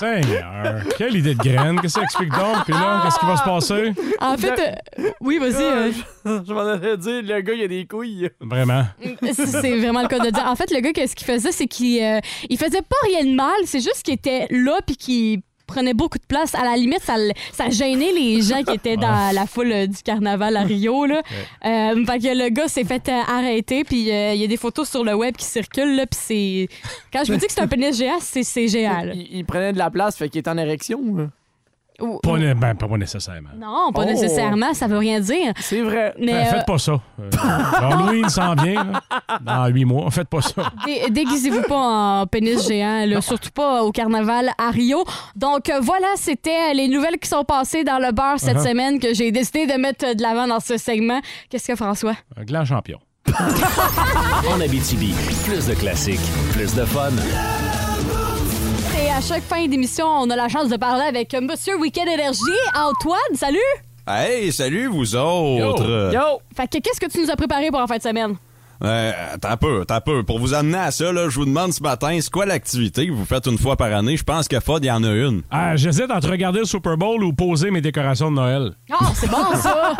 S4: Seigneur, quelle idée de graine, qu'est-ce que ça explique donc? Puis là, qu'est-ce qui va se passer?
S3: en fait, euh, oui, vas-y. euh,
S5: Je m'en allais dire, le gars, il a des couilles.
S4: Vraiment.
S3: C'est c'est vraiment le cas de dire. En fait, le gars, qu'est-ce qu'il faisait, c'est qu'il euh, il faisait pas rien de mal, c'est juste qu'il était là puis qu'il prenait beaucoup de place. À la limite, ça, le- ça gênait les gens qui étaient dans la foule euh, du carnaval à Rio. Là. Euh, fait que le gars s'est fait euh, arrêter, puis euh, il y a des photos sur le web qui circulent, là, puis c'est... Quand je vous dis que c'est un pénis géant, c'est- c'est géant. là.
S5: Il, il prenait de la place, fait qu'il est en érection.
S3: Ou-
S4: Pas, né- ben, pas nécessairement.
S3: Non, pas
S5: Oh.
S3: nécessairement, ça veut rien dire.
S5: C'est vrai.
S3: Mais,
S4: Ben,
S3: euh,
S4: Faites pas ça. Euh, Halloween s'en vient là, dans huit mois. Faites pas ça.
S3: Dé- Déguisez-vous pas en pénis géant, là, surtout pas au carnaval à Rio. Donc euh, voilà, c'était les nouvelles qui sont passées dans le beurre cette
S4: Uh-huh.
S3: semaine que j'ai décidé de mettre euh, de l'avant dans ce segment. Qu'est-ce que François?
S4: Un grand champion.
S16: En Abitibi, plus de classiques, plus de fun.
S3: Et à chaque fin d'émission, on a la chance de parler avec euh, Monsieur Weekend Énergie, Antoine. Salut!
S17: Hey, salut vous autres!
S3: Fait que qu'est-ce que tu nous as préparé pour en fin de semaine?
S17: Euh, attends un peu, attends un peu. Pour vous amener à ça, là, je vous demande ce matin, c'est quoi l'activité que vous faites une fois par année? Je pense que Fod, il y en a une.
S4: Ah, J'hésite entre regarder le Super Bowl ou poser mes décorations de Noël.
S3: Ah, c'est bon ça!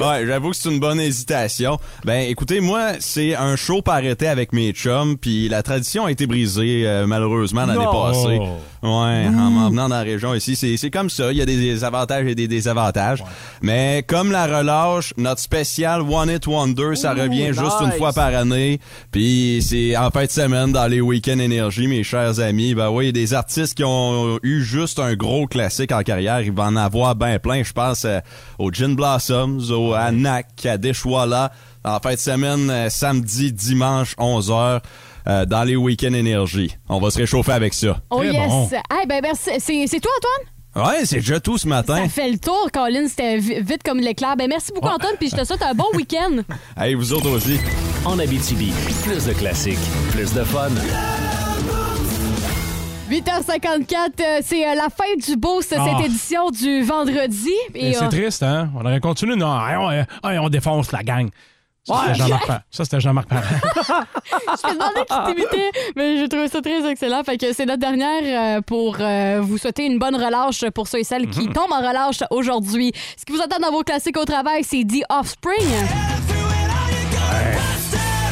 S17: Ouais, j'avoue que c'est une bonne hésitation. Ben, écoutez, moi, c'est un show par été avec mes chums, puis la tradition a été brisée, euh, malheureusement, l'année
S18: Non.
S17: passée.
S18: Oh.
S17: Ouais, en m'en venant dans la région ici, c'est c'est comme ça. Il y a des avantages et des désavantages. Mais comme la relâche, notre spécial One It Wonder, ça revient juste une
S18: nice.
S17: fois par année. Puis c'est en fin de semaine, dans les week-ends énergie, mes chers amis. Ben oui, des artistes qui ont eu juste un gros classique en carrière, ils vont en avoir ben plein. Je pense euh, aux Gin Blossoms, aux Anak, à Deshwala. En fin de semaine, euh, samedi, dimanche, 11h, euh, dans les week-ends énergie. On va se réchauffer avec ça.
S3: Oh yes! Hey, ben, merci. C'est c'est toi, Antoine?
S13: Hein?
S17: Ouais, c'est déjà tout ce matin.
S3: Ça fait le tour, Colin. C'était vi- vite comme l'éclair. Ben, merci beaucoup,
S17: Ouais.
S3: Antoine, puis je te souhaite un bon week-end.
S17: Allez, vous autres aussi.
S16: En Abitibi, plus de classiques, plus de fun.
S3: 8h54, euh, c'est euh, la fin du beau, c'est
S4: Ah.
S3: cette édition du vendredi.
S4: Et
S3: euh,
S4: c'est triste, hein? On aurait continué. Non, hey, on, hey, on défonce la gang. Ça,
S3: Ouais.
S4: c'était Jean-Marc Parent. Ça, c'était Jean-Marc Parent.
S3: Je me demandais qui t'imitait, mais j'ai trouvé ça très excellent. Fait que c'est notre dernière euh, pour euh, vous souhaiter une bonne relâche pour ceux et celles qui
S12: Mhm.
S3: tombent en relâche aujourd'hui. Ce qui vous attend dans vos classiques au travail, c'est The Offspring.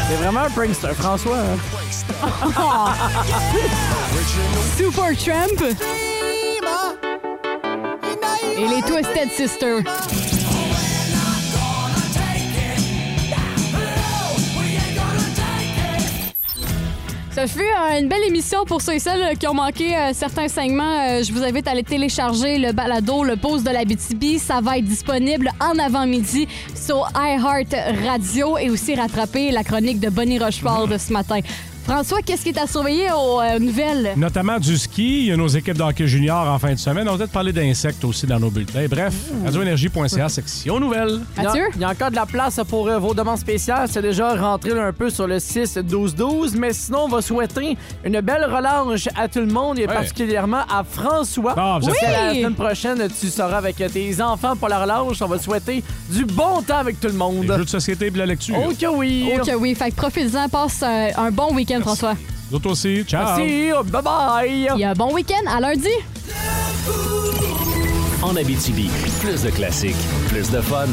S5: C'est vraiment un prankster, François. hein.
S3: Super Trump. Et les Twisted Sisters. Ça fut euh, une belle émission pour ceux et celles euh, qui ont manqué euh, certains segments. Euh, je vous invite à aller télécharger le balado, le pause de la BTB. Ça va être disponible en avant-midi sur iHeart Radio et aussi rattraper la chronique de Bonnie Rochefort de ce matin. François, qu'est-ce qui est à surveiller aux euh, nouvelles?
S4: Notamment du ski. Il y a nos équipes d'hockey junior en fin de semaine. On va peut-être parler d'insectes aussi dans nos bulletins. Bref, radioénergie.ca, section nouvelles.
S5: Il y a- Il y, a encore de la place pour euh, vos demandes spéciales. C'est déjà rentré là, un peu sur le 6-12-12. Mais sinon, on va souhaiter une belle relâche à tout le monde et
S4: Ouais.
S5: particulièrement à François.
S4: Ah, vous êtes
S5: Parce que
S4: là.
S5: la
S4: Oui.
S5: semaine prochaine, tu seras avec euh, tes enfants pour la relâche. On va te souhaiter du bon temps avec tout le monde. Jeux
S4: de société et de la lecture.
S5: Ok, oui.
S3: Ok, oui. Fait que profite-en, passe euh, un bon week-end, François.
S4: Vous autres aussi. Ciao.
S5: Merci. Bye bye.
S3: Et un bon week-end. À lundi.
S16: En Abitibi, plus de classiques, plus de fun.